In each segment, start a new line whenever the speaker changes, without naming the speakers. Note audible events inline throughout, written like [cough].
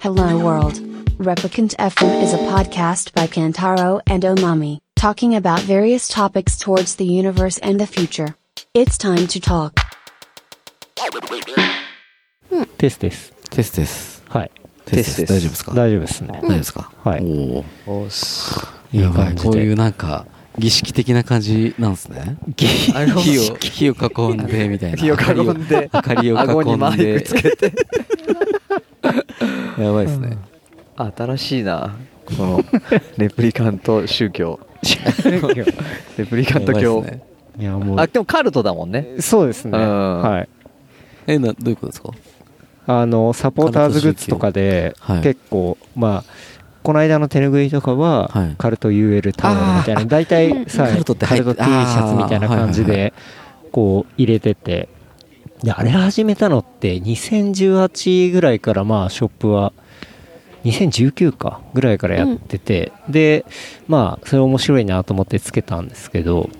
Hello World. Replicant FM is a podcast by Kantaro and Omami, talking about various topics towards the universe and the future. It's time to talk.
テスです。
テスです。
はい。
テスです。大丈夫ですか
大丈夫ですね。
大丈夫ですか
はい
おお。
いい
やばい、
感じで
こういうなんか、儀式的な感じなんですね。火を、火を囲んで、みたいな。
火を囲んで
明かりを明
顎
かり
に
を
マ
囲ん
イク
で
つ。けて
[laughs] やばいですね。
新しいなこの [laughs] レプリカント宗教 [laughs] レプリカント
やばい
教、
ですね
いや、も
あ
う、
でもカルトだもんね
そうですね。
うん
はい。
え、な、どういうことですか
あの、サポーターズグッズとかで
はい、
結構、まあ、この間の手ぬぐいとかは
はい、
カルト UL タオルみたいな、大
[laughs]
体さ、
カルトって
カ
入
ル
っ
ト
て
T シャツみたいな感じ
あーはい
で、こう、入れてて、で、あれ始めたのって、2018ぐらいから、まあ、ショップは、2019かぐらいからやってて、でまあそれ面白いなと思ってつけたんですけど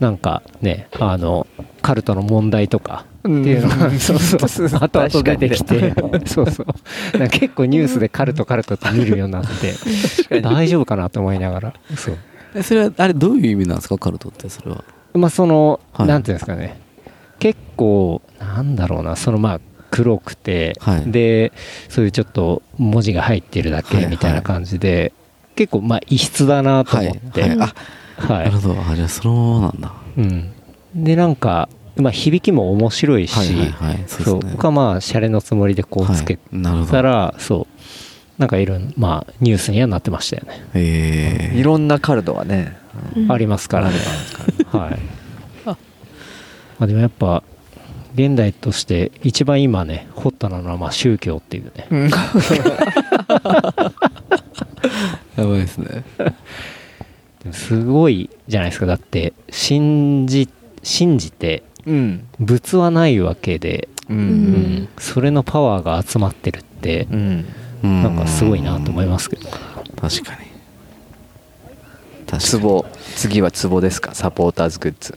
なんかねあのカルトの問題とかっていうのが、 [laughs] そうそう後々出てきて [laughs] そうそうなんか結構ニュースでカルトカルトって見るようになって大丈夫かなと思いながらそう
え、それは、あれ、どういう意味なんですかカルトって、それは。
まあその、
はい
なんていうんですかね結構なんだろうなそのまあ黒くて、
はい
でそういうちょっと文字が入ってるだ
はい
け
はい
みたいな感じで、結構まあ異質だなと
はい
思っ。て、
は
はいい
あ、なるほど。あ、じゃあ、そのままなんだ。
うん、でなんか、まあ、響きも面白いし、
はいはいはい。
そう
ですね
僕はまあシャレのつもりでこうつけ
はいなるほ
た
ど。
ら、そうなんかいろんまあニュースにはなってましたよね、
え
いろんなカルトがね
ありますからねはいまあでもやっぱ現代として一番今ねホットなのはまあ宗教っていうね、
やばいですね。。
でもすごいじゃないですかだって信じ信じて
うん
物はないわけで、
う
うんんそれのパワーが集まってるって
う、ん
なんかすごいなと思いますすけど、
確かに。確
ツボ次はツボですかサポーターズグッズ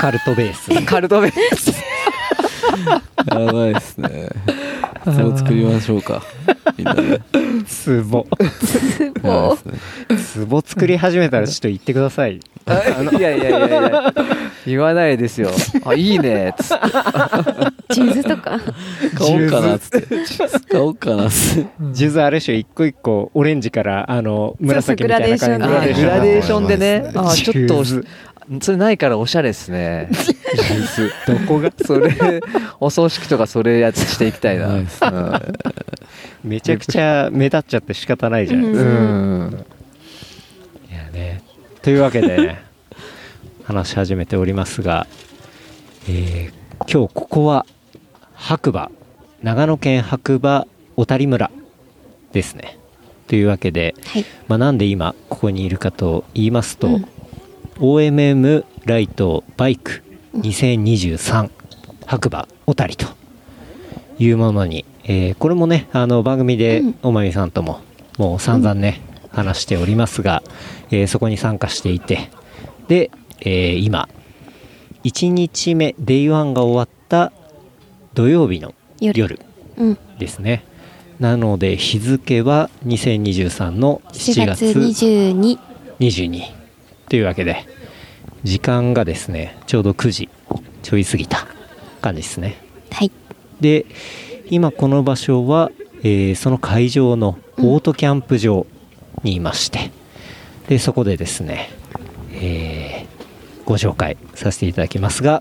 カルトベース
カルトベース [laughs]
やばいですね。それを作りましょうか。みんなで。
ツボ
やばいっすね
ツボ作り始めたらちょっと言ってください
いやいやいやい [laughs] や言わないですよあいいねつって
チーズとか
買おうかなっつって。買おうかなっつって。
ジューズある種一個一個オレンジからあの紫みたいな感じ
あ
で
グラデーション
グラデーションでね
そう
[laughs] あちょ
ジ
っと
ューズ
それないからおしゃれです [laughs] ね
どこが
それお葬式とかそれやつしていきたいな
ないっすね
めちゃくちゃ目立っちゃって仕方ないじゃないで
う
すか、
ん、うん、
いやねというわけでね話し始めておりますが、えー今日ここは白馬長野県白馬小谷村ですねというわけで、
はい
まあ、なんで今ここにいるかと言いますと、
うん
OMM ライトバイク2023白馬小谷というものに、えーこれもねあの番組で
うん
おまみさんとももう散々ね、話しておりますが、えーそこに参加していてで、えー今1日目 Day1 が終わった土曜日の
夜
夜
うん
ですねなので日付は2023の7
7
月
月22
22というわけで時間がですねちょうど9時ちょい過ぎた感じですね
はい
で今この場所は、えーその会場のオートキャンプ場にいまして、でそこでですね、えーご紹介させていただきますが、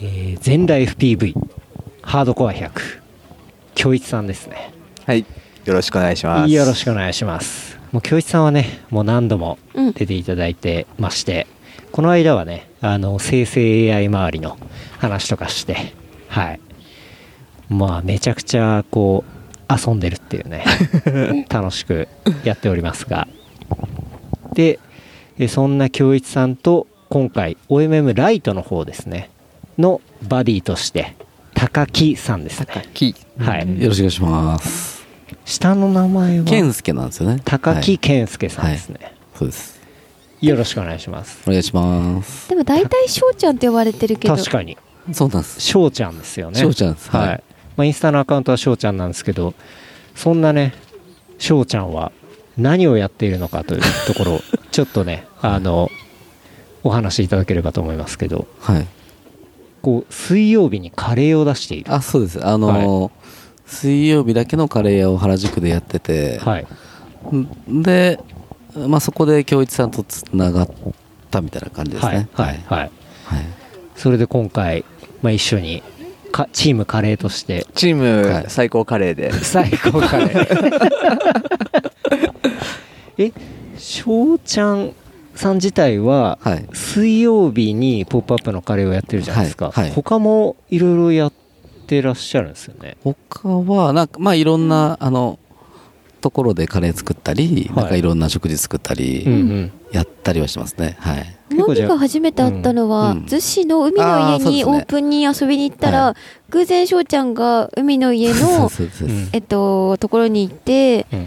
えー、全ライフ PV ハードコア100京一さんですね
はいよろしくお願いします
よろしくお願いしますもう京一さんはねもう何度も
うん
出ていただいてまして、この間はねあの生成 AI 周りの話とかしてはいまあめちゃくちゃこう遊んでるってい
[laughs]
うね楽しくやっておりますがでえそんな京一さんと今回 OMM ライトの方ですねのバディとして高木さんですね
キ
はい
よろしくお願いします。
下の名前は
健介なんですよね。
高木
はい
健介さんですね、
そうです。
よろしくお願いします
お願いします。
でも大体翔ちゃんって呼ばれてるけど
確かに
そうなんです。
翔ちゃんですよね
翔ちゃんです
はい、
はい
まあ、インスタのアカウントは翔ちゃんなんですけどそんなね、翔ちゃんは何をやっているのかというところを、 [laughs] ちょっとね、あの、お話しいただければと思いますけど、
はい。
こう、水曜日にカレーを出している。
あ、そうです。あの、水曜日だけのカレー屋を原宿でやってて、
はい。
んで、まあ、そこで京一さんとつながったみたいな感じです
はい
ね。。
はい。はい。
はい
それで今回、まあ、一緒にか、チームカレーとして、
チー
は
ム
い
最高カレーで
最高カレー。 [laughs] え、翔ちゃんさん自体は、
はい。
水曜日に「ポップアップのカレーをやってるじゃないですか、
はいはい
他もいろいろやってらっしゃるんですよね
他は、なんか、まあ、いろんな、あの、ところでカレー作ったり、
はい
なんかいろんな食事作ったり、
うん
やったりはしてますね。はい。
結構
マ
じ
ミ
ゃあ
が初めて会ったのは
うん
逗子、の海の
あー
家
そうで
に
すね
オープンに遊びに行ったら、
は
偶然翔ちゃんが海の家
[laughs]
の
そうですそううで
ん
す
[laughs] えっとところに行って
うんうん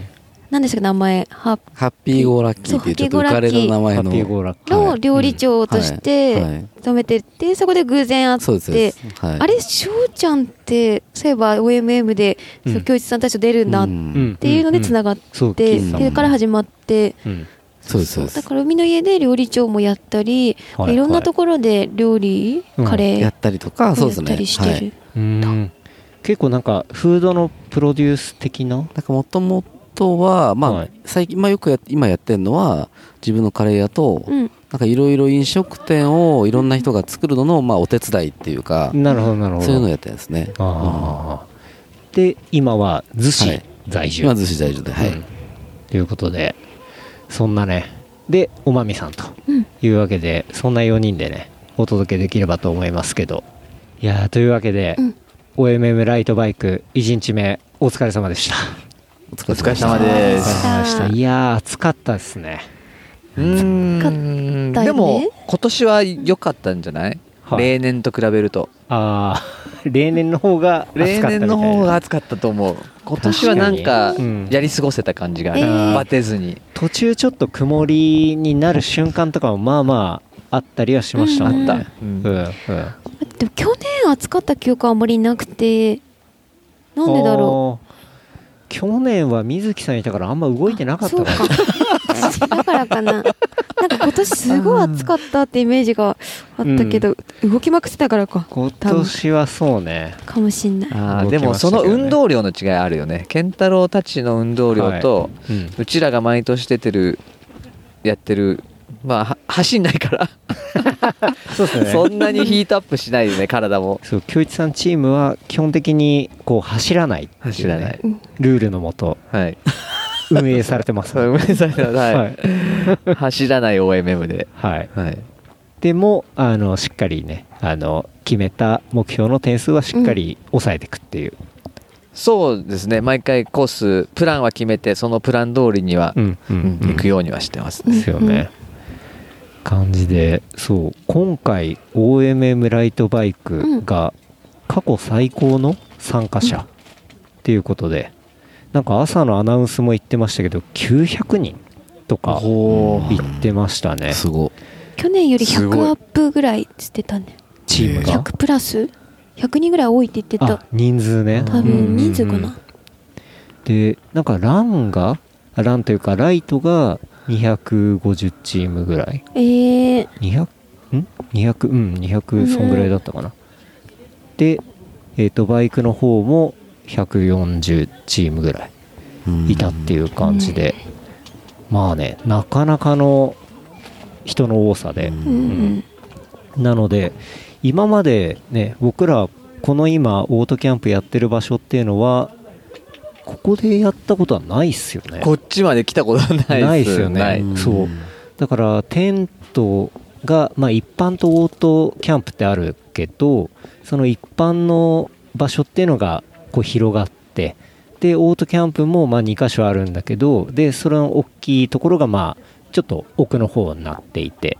何でしたか名前ハッ
ハッピーゴーラッキーっていうちょっと浮かれの名前
ハ
の。
ッピーゴーラッキー
の料理長とし
はいは
て
い
勤めててそこで偶然
そう
会っ
ですそうで
て
す。はい、
あれ翔ちゃんってそういえば OMM で
うん
そう京一さんたちと出るんだ
う
っ
ん
ていうのでつな
が
がっ
そう
て
聞いた
でから始まって
うん
そうですそうで
だ
す。
から海の家で料理長もやったり
はい
いろんなところで料理
うん
カレ
や
ー
ったりとか、そう
を
で
や
す
っ
ね。
たりしてる。
うん結構なんかフードのプロデュース的な
なんかもともとは、まあ、
はい
最近、まあよくや今やってるのは、自分のカレー屋と、
うん
なんかいろいろ飲食店をいろんな人が作るのの、まあお手伝いっていうか、
なるほどなるほど
そういうのをやってるんですね。
ああで今は逗子
はい
在住、
今、寿司大丈夫で、はい。
うんということでそんなねでおまみさんと
うん
いうわけでそんな4人でねお届けできればと思いますけどいやーというわけで、
うん
OMM ライトバイク1日目お疲れ様でした
お疲
[laughs] お
れ
疲
様
れ
でした
様です
あー
でしたいやー暑かったですね
うーん
暑かったよね
でも今年は良かったんじゃない、
はい
例年と比べると
ああ例年の方が暑かったみ
例
たいな
年の方が暑かったと思う今年はなんか
確かにうん
やり過ごせた感じがある、
えー
バテずに
途中ちょっと曇りになる瞬間とかもまあまああったりはしました
あ
も
っ
ん
た、
ね、
う
うんうん
ん
でも去年暑かった記憶はあんまりなくてなんでだろ
う去年は水木さんいたからあんま動いてなか
う
った
そう
から
か
[laughs]
だからかななんか今年すごい暑かったってイメージがあったけど、動きまくってたからか
今年はそうね
かもしんない
あー
動き
でも
ました
そ
けど
の
ね
運動量の違いあるよね健太郎たちの運動量と、
うん
うちらが毎年出てるやってるまあは走んないから
そうですね
そんなにヒートアップしないよね体も
そう京一さんチームは基本的にこう走らないってい
走
うね
らない
ルールのもと
はい
運営されて
[laughs]
ます、
ごめんなさいは
はいい、
走らない OMM で
はい、
はい
でもあのしっかりねあの決めた目標の点数はしっかり抑えていくっていう、
そうですね毎回コースプランは決めてそのプラン通りには、
うんうん
うん行くようにはしてます
で
ね、
すよね、感じでそう今回 OMM ライトバイクが過去最高の参加者っていうことで、なんか朝のアナウンスも言ってましたけど900人とか
おー
言ってましたね
すごい。
去年より
すごい
100アップぐらいっつってたね
チームが
100プラス100人ぐらい多いって言って
あ
た
人数ね
多
うんうんうん
分人数かな
でなんかランがあランというかライトが250チームぐらい
ええ
200ん200うん
う
200
ん
そんぐらいだったかなでえっ、とバイクの方も140チームぐらいいたっていう感じで、まあねなかなかの人の多さで、
うん
うんうん
なので今までね僕らこの今オートキャンプやってる場所っていうのはここでやったことはないっすよね
こっちまで来たことはない
ないっすよね
な
う
い
ん
そうだからテントが、まあ、一般とオートキャンプってあるけどその一般の場所っていうのがこう広がってでオートキャンプもまあ2箇所あるんだけどでそれの大きいところがまあちょっと奥の方になっていて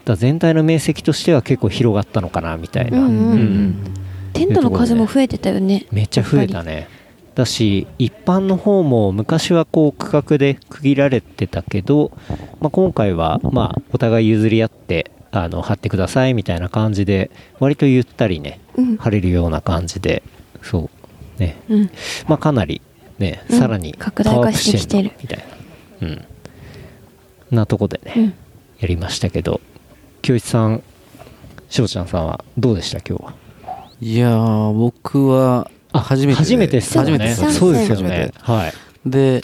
だから全体の面積としては結構広がったのかなみたいな、
うんうん
うん
テントの数も増えてたよね
めっちゃ増えたねだし一般の方も昔はこう区画で区切られてたけど、まあ、今回はまあお互い譲り合ってあの貼ってくださいみたいな感じで割とゆったりね
うん
貼れるような感じでそうね
うん
まあかなりね、
うん
さらに
拡大化してきてる
パワーアップんだみたいなうんなとこでね、
うん
やりましたけど清一さん翔ちゃんさんはどうでした今日はい
やー、僕は、初めてで。
初めてっすよね
初めてです
そう
そうですよ
初め
ね
て
はい
で、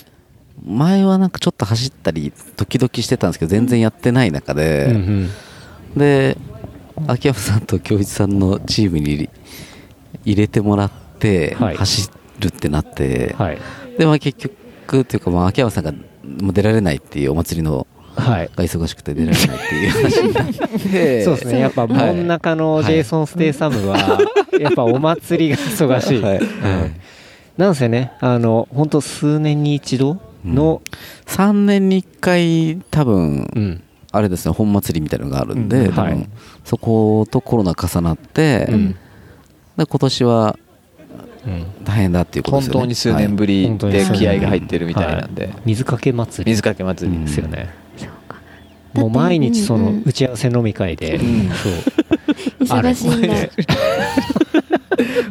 前はなんかちょっと走ったり、時々してたんですけど、全然やってない中で、
うんうん
で秋山さんと京一さんのチームに入れ入れてもらって
はい
走るってなって、
はい
でまあ、結局っていうか、まあ、秋山さんがもう出られないっていうお祭りの
はい
が忙しくて出られないっていう話になって
そうですねやっぱ
はい
真ん中のジェイソン・ステイサムはやっぱお祭りが忙しい、
はい
なんせねあの本当数年に一度の、
3年に1回多
う
分
ん
あれですね本祭りみたいなのがあるんで、
うん
多分
はい
そことコロナ重なって、
うん
で今年は
うん
大変だっていうことで
本
すよね
当に数年ぶりで気合が入ってるみたいなんで、
はい水かけ祭り
水かけ祭り、
うん
ですよね、
うん
もう毎日そ
だっ
の
て
打ち合わせ飲み会で、
うん
そうあれ
忙しいんだ。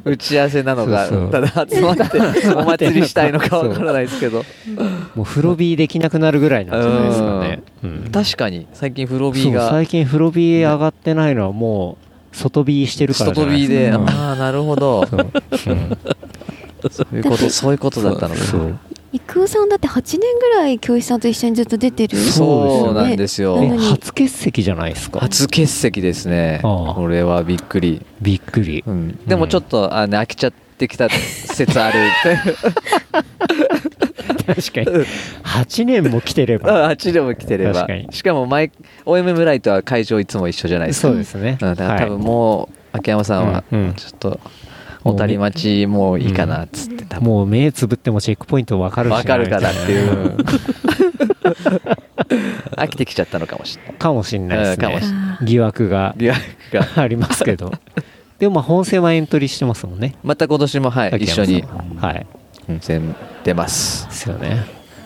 打ち合わせなのか
そうそう
ただ集まってお祭りしたいのかわからないですけど
もう風呂ビーできなくなるぐらいなんじゃないですかね、うん
確かに最近フロビ
そ
ー
う
が
最近風呂ビー上がってないのはもう外ビーしてるからじゃ
外
ない
びで、
うん
ああなるほど
そううん
そういうことそういうことだったのか
そう
伊久さんだって8年ぐらい教師さんと一緒にずっと出てる。
そうなんですよ
ね
え
なのに
初欠席じゃないですか
初欠席ですね
ああ
これはびっくり、
びっくり
うんでもちょっとあの飽きちゃってきた説ある
確かに8年も来てれば
[laughs] ああっちでも来てれば
確かに
しかも毎 OMM ライトは会場いつも一緒じゃないですか
そうですね、
うんだから多分もう秋山さんは
うんうん
ちょっと小谷町もういいかなっつって多
はい
分
もう目つぶってもチェックポイント分かるし
わかるからっていう
う
[laughs] 飽きてきちゃったのかもしれない
かもしんないです
うんかもし
ね
ん
あー
疑惑が
疑惑が
ありますけどでもまあ本戦はエントリーしてますもんね
また今年もはい
秋
一
山さ
緒
ん
に
はい
全出ます
ですよね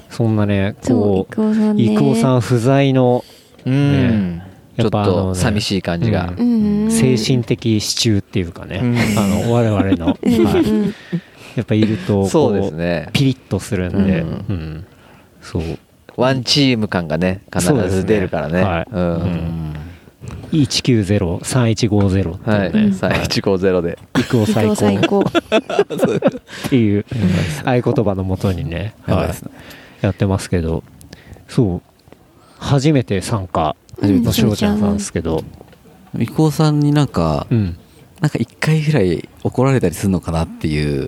そんなね
そう
こ
伊久さん
う
ね。
郁夫さん不在の
うんちょ
や
っ
っぱあの
と
ね
寂しい感じが
うんうん。
精神的支柱っていうかね、
うん
あの我々の、はい、
うん。
やっぱいるとこ
そうですね
ピリッとするんで、う
うん
んそう
ワンチーム感がね必
そうです
ず
ね
出るから
は
ね
い
うん
うん1903150って
はい
いうね、
3 1 5 0で
育を
伊
最
久最
高
高。
っていう合言葉のもとにね、
やば
は
いで
い
すね
やってますけどそう初めて参加
初めて
のしょうちゃんさんですけど、
伊藤さんになんか、
うん、
なんか一回ぐらい怒られたりするのかなっていう、なん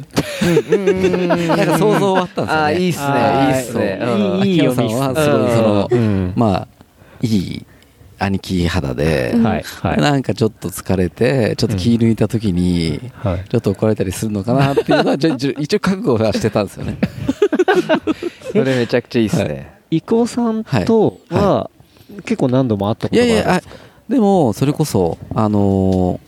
か想像はあったんですよね。
ああいいっすねいいっすね
あー
うん
いいいいよ
秋山さんは
いいっすね
すごいその、
うん
まあ、いい兄貴肌で、
はいはい
なんかちょっと疲れて、ちょっと気抜いた時に、
はい
ちょっと怒られたりするのかなっていう [laughs] のは、ちょちょ一応覚悟はしてたんですよね。
それめちゃくちゃいいっすね
伊藤さんとは、結構何度も会ったこ
い
とが
や
あ
い
る
や、あでも、それこそ、あの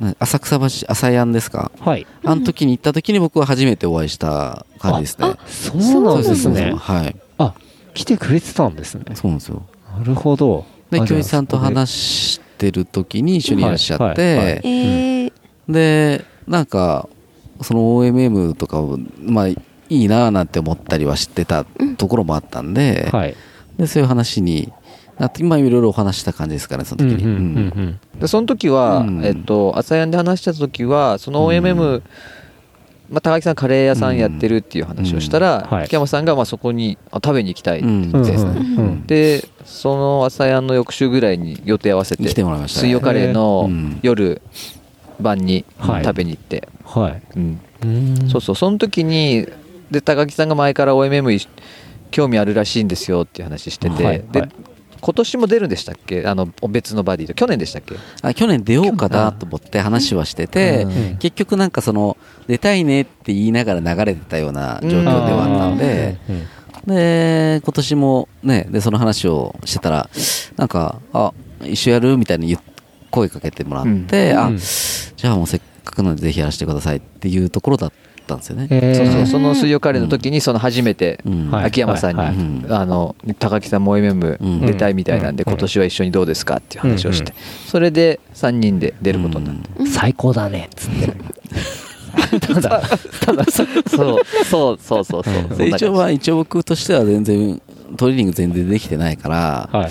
ーな浅草橋、朝やんですか
はい
あの時に行った時に僕は初めてお会いした感じですね。
そうなんです
そうそうそう
ね
はい。
あ来てくれてたんですね
そうなんですよ。
なるほど
で、
あ
教授さんと
じゃあ
話してる時に一緒にいらっしゃって、
はいはいはい
[laughs] ええ。
で、なんか、その OMM とかを、まあ、いいなぁなんて思ったりはしてたところもあったん
そ
で、
こではい
でそういう話になって、今いろいろお話した感じですかね、その時に。
うんうんう
うん
ん
でその時は、
うん
えっと朝やんで話してた時はその OMM、
う
まあ、高木さんカレー屋さんやってるっていう話をしたら、
うんはい
秋山さんがまあそこにあ食べに行きたい、
うん
うん
そうですね。
うん
でその朝やんの翌週ぐらいに予定合わせて
来てもらいましたね
水曜カレーの
うん
夜晩に
はい
食べに行って、
はい
うん
うん
そうそうその時にで高木さんが前から OMM い興味あるらしいんですよっていう話してて、
はいは
で
い
今年も出るんでしたっけあの別のバディと去年でしたっけ
あ去年出ようかなと思って話はしてて、
うん
結局なんかその出たいねって言いながら流れてたような状況ではあったんで、
うん
で今年もねでその話をしてたらなんかあ一緒やるみたいに言っ声かけてもらって、
うん
あ
うん
じゃあもうせっかくなのでぜひやらせてくださいっていうところだったんですよね。
えー
そうそうその水曜カレーの時にその初めて
うん
はい
秋山さんに、
はい
はい
あの高木さんも MM 出たいみたいなんで、
うん
今年は一緒にどうですかっていう話をして、
う
それで3人で出ることになって、
最高だねっつってただ、ただ、
そうそうそうそうそう
うん
そんな感じ
一応まあ一応僕としては全然トレーニング全然できてないから、
はい。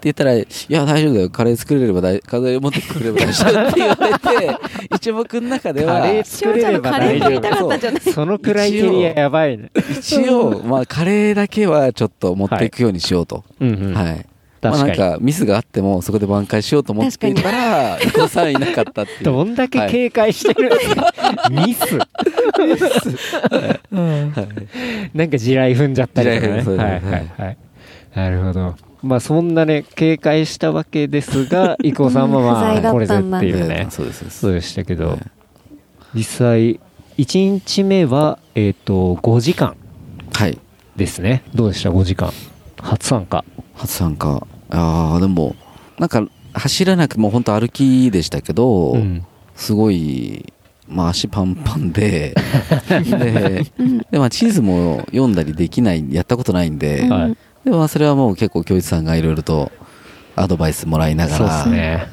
って言ったら、いや、大丈夫だよ、カレー作れれば大、カレー持ってきてくれれば大丈夫って言われて、一応僕の中では、
しおちゃんのカレー食べたかったんじゃない
そのくらいテリアやばいね。
一応、まあ、カレーだけはちょっと持っていくようにしようと。
うんうん。
はい。まあ、
確
な
か
ん
に。
か、ミスがあっても、そこで挽回しようと思っていたら、誤算いなかったっていう。
[laughs] どんだけ警戒してる、ミ
[laughs]
ス。なんか地雷踏んじゃったりとかね。
地雷踏ん
は
だ
い
りとか
は
ね
いはい。なるほど。まあそんなね、警戒したわけですが、伊藤さんもま
うん不在
あ、
だ
これ
っ
ぞ
た
っ
んだ
ていう
ね
ね。
そうです。
そうでしたけ
は
ど
い、
実際、1日目は、えっと、5時間
はい。
ですね。どうでした ?5 時間。初参加。
初参加。ああ、でも、なんか、走らなくてもう本当歩きでしたけど、
うん。
すごい、まあ、足パンパン
[laughs]
ででで、まあ、地図も読んだりできないやったことないんで、
うん
はい。
でまあ、それはもう結構教一さんがいろいろとアドバイスもらいなが
そうで
ら
すね。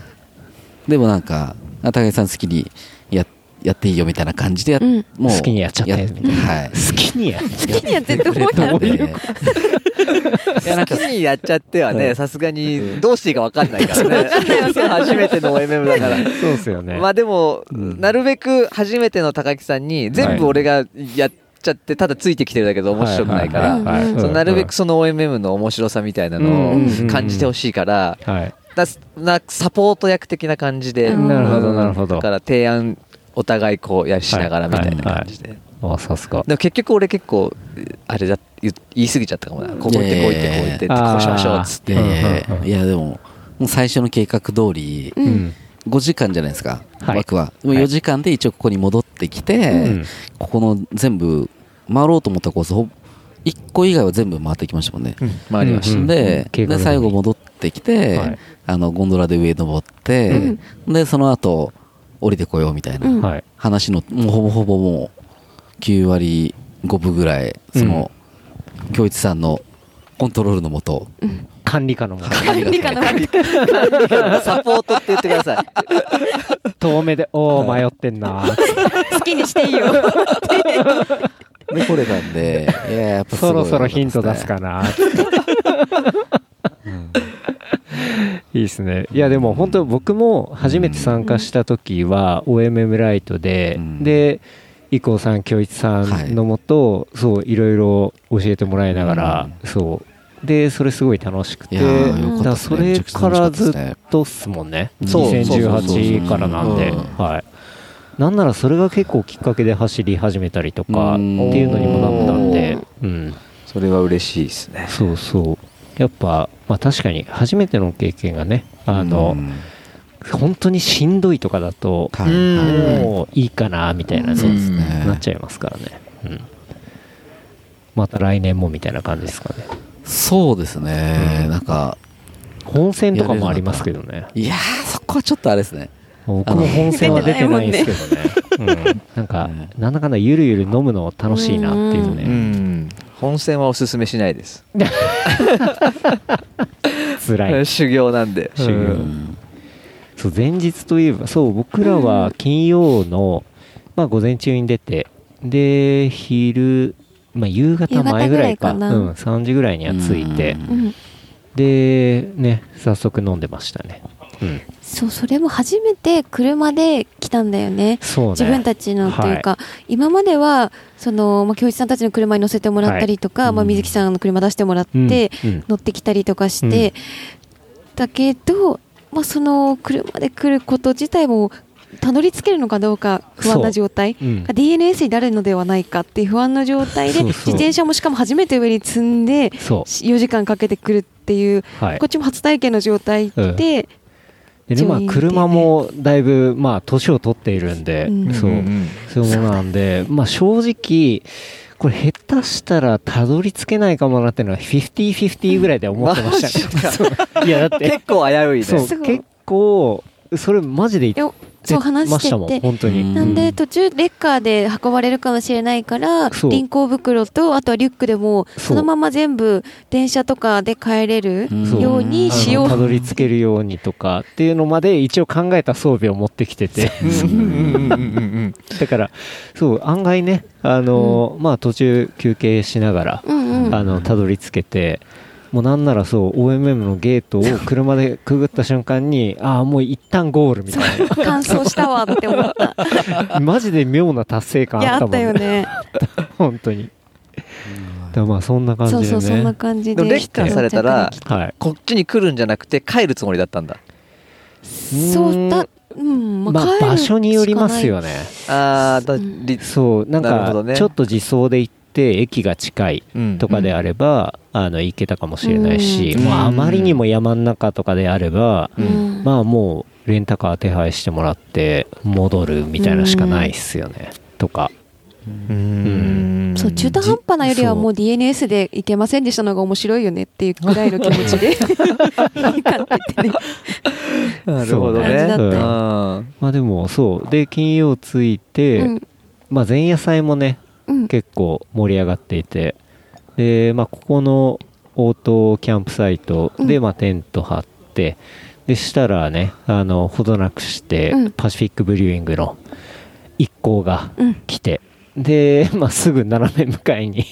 でもなんかあ高木さん好きにややっていいよみたいな感じでやっ、
うん
もう
好きにやっちゃって
やはい
好きにや。
好きにやってって思う
や
や
っ
ろ
てくれた [laughs] んで
いやなんか好きにやっちゃっては
うん
ね、さすがにどうしていいかわかんないからね。 [laughs] 初めての MM だから。
そうですよね。
まあでも、
ん
なるべく初めての高木さんに全部俺がやっちゃって、ただついてきてるだけど面白くないか
はい
ら。
はい
そうなるべくその OMM の面白さみたいなの
うんうんうん
を感じてほしいから、
はい。
だなサポート役的な感じで、
うんなるほど
なるほど
だから提案お互いこうやりしながらみたいな感じで、
あ、さすが。
でも結局俺結構あれだ言言い過ぎちゃったかもなここ行ってこう行ってこう行って
いやいやいや
こうしましょうっつっ
い
て
やいやい
うんうんう
や
ん
いやでももう最初の計画通り
う
うんん。
5時間じゃないですか、
はい
枠はでも
はい
4時間で一応ここに戻ってきて、
うん
ここの全部回ろうと思ったコースほ1個以外は全部回ってきましたもんね、
回りまし
うんうん
で
計画
で
通り
最後戻ってきて、
はい
あのゴンドラで上登って、でその後降りてこようみたいな、
うん
はい。
話のもうほぼほぼもう9割5分ぐらいその京一さんのコントロールのもと
管理下のも
管理が
いいかな
たサポートって言ってください
遠目で、おー、迷ってんな。
好きにしていいよ。
でこれたんでいややっぱすご
そ
い
ろそろヒント出すかな。いいですね。いや、でも本当僕も初めて参加した時は、OMM ライトで
う、ん
で、伊藤さん、京一さんのもと、そう、いろいろ教えてもらいながら、そう。で、それすごい楽しく
い
て、
やーよか
だから
ったです
そ
ね
れからずっ
めちゃくちゃ楽しかったですね
とっすもんね。
そう
2018からなんで、
そうそうそう
はい。なんならそれが結構きっかけで走り始めたりとかって
うん
いうのにもなったんで、うん。
[laughs] それは嬉しいですね
そうそう。やっぱ、まあ確かに初めての経験がね、あの、
うん
本当にしんどいとかだと、
はい
うん
はい
もういいかな、みたいなね、
そうですね
なっちゃいますからね。うん。また来年もみたいな感じですかね。
そうですねなんか
本戦とかもありますけどね。
いやーそこはちょっとあれですね
僕も本戦は出てないんですけどね。うん、なんか、なんだかんだゆるゆる飲むの楽しいなっていう
う
ね。
ん本戦はおすすめしないです、
辛い。
[laughs] 修行なんで
修行
うん
そう、前日といえば、そう、僕らは金曜の、まあ午前中に出て、で、昼、まあ夕方前ぐらいか、
夕方ぐらいかな
うん、3時ぐらいには着いて、
うん
うん
で、ね、早速飲んでましたね。うん。
そう、それも初めて車で来たんだよね。
そうね。
自分たちのというか、今まではその、まあ、教一さんたちの車に乗せてもらったりとか、
はい
まあ、
うん
水木さんの車出してもらって、
うんうん
乗ってきたりとかして、だけど、まあ、その車で来ること自体もたどり着けるのかどうか不安な状態、
そううん
DNS になるのではないかっていう不安な状態で
そうそう
自転車もしかも初めて上に積んで
そう。
4時間かけてくるっていう、
はい
こっちも初体験の状態で、
で、まあ
上位でね
車もだいぶ、まあ年を取っているんで、
うん
そう。そういうものなんで、まあ正直、これ下手したらたどり着けないかもなっていうのは50-50ぐらいで思ってま [laughs] したね。そういやだって、
結構危ういね
そう、
すごい
結構、それマジで
いやそう話
ま
し
してたもん
て。
本当に、
うん
なんで途中レッカーで運ばれるかもしれないから
そう
輪行袋とあとはリュックでも
そう
そのまま全部電車とかで帰れる
そう
ようにしよ
あのた
う
どり着けるようにとかっていうのまで一応考えた装備を持ってきてて [laughs] だからそう案外ねあの、まあ途中休憩しながら
うんうん
あのたどり着けてもうなんならそう OMM のゲートを車でくぐった瞬間にああもう一旦ゴールみたい
乾燥したわって思
[laughs]
った
なマジで妙な達成感
いや
あっ
あ
た
っ
も
た
ん
よ
ね
ね
本当にだからまあそんな感じで
そう
ね
そうそんな感じ
で
で
もレッカーされたら
はい
こっちに来るんじゃなくて帰るつもりだったんだ
そうだうんま
ま
あ
あ
帰るしかな
場
い
所によりますよね
ああだ
うん
り
そうなん
なるほ
か
どね
ちょっと自走で行って駅が近い
うん
とかであれば、あの行けたかもしれないし、
うん
もうあまりにも山の中とかであれば、
うん
まあもうレンタカー手配してもらって戻るみたいなしかないっすよね、とか
うーん
そう中途半端なよりはもう DNS でいけませんでしたのが面白いよねっていうぐらいの気持ちでいいかって言ってね
なるほどね
そう
感
ね
じだったよ
うん
まあでもそうで金曜ついて、
うん
まあ前夜祭もね
うん
結構盛り上がっていてで、まあ、ここの応答キャンプサイトで、
うん
まあ、テント張ってでしたらねあのほどなくして、
うん
パシフィックブリューイングの一行が
うん
来てで、まあ、すぐ斜め向かい
[laughs]
に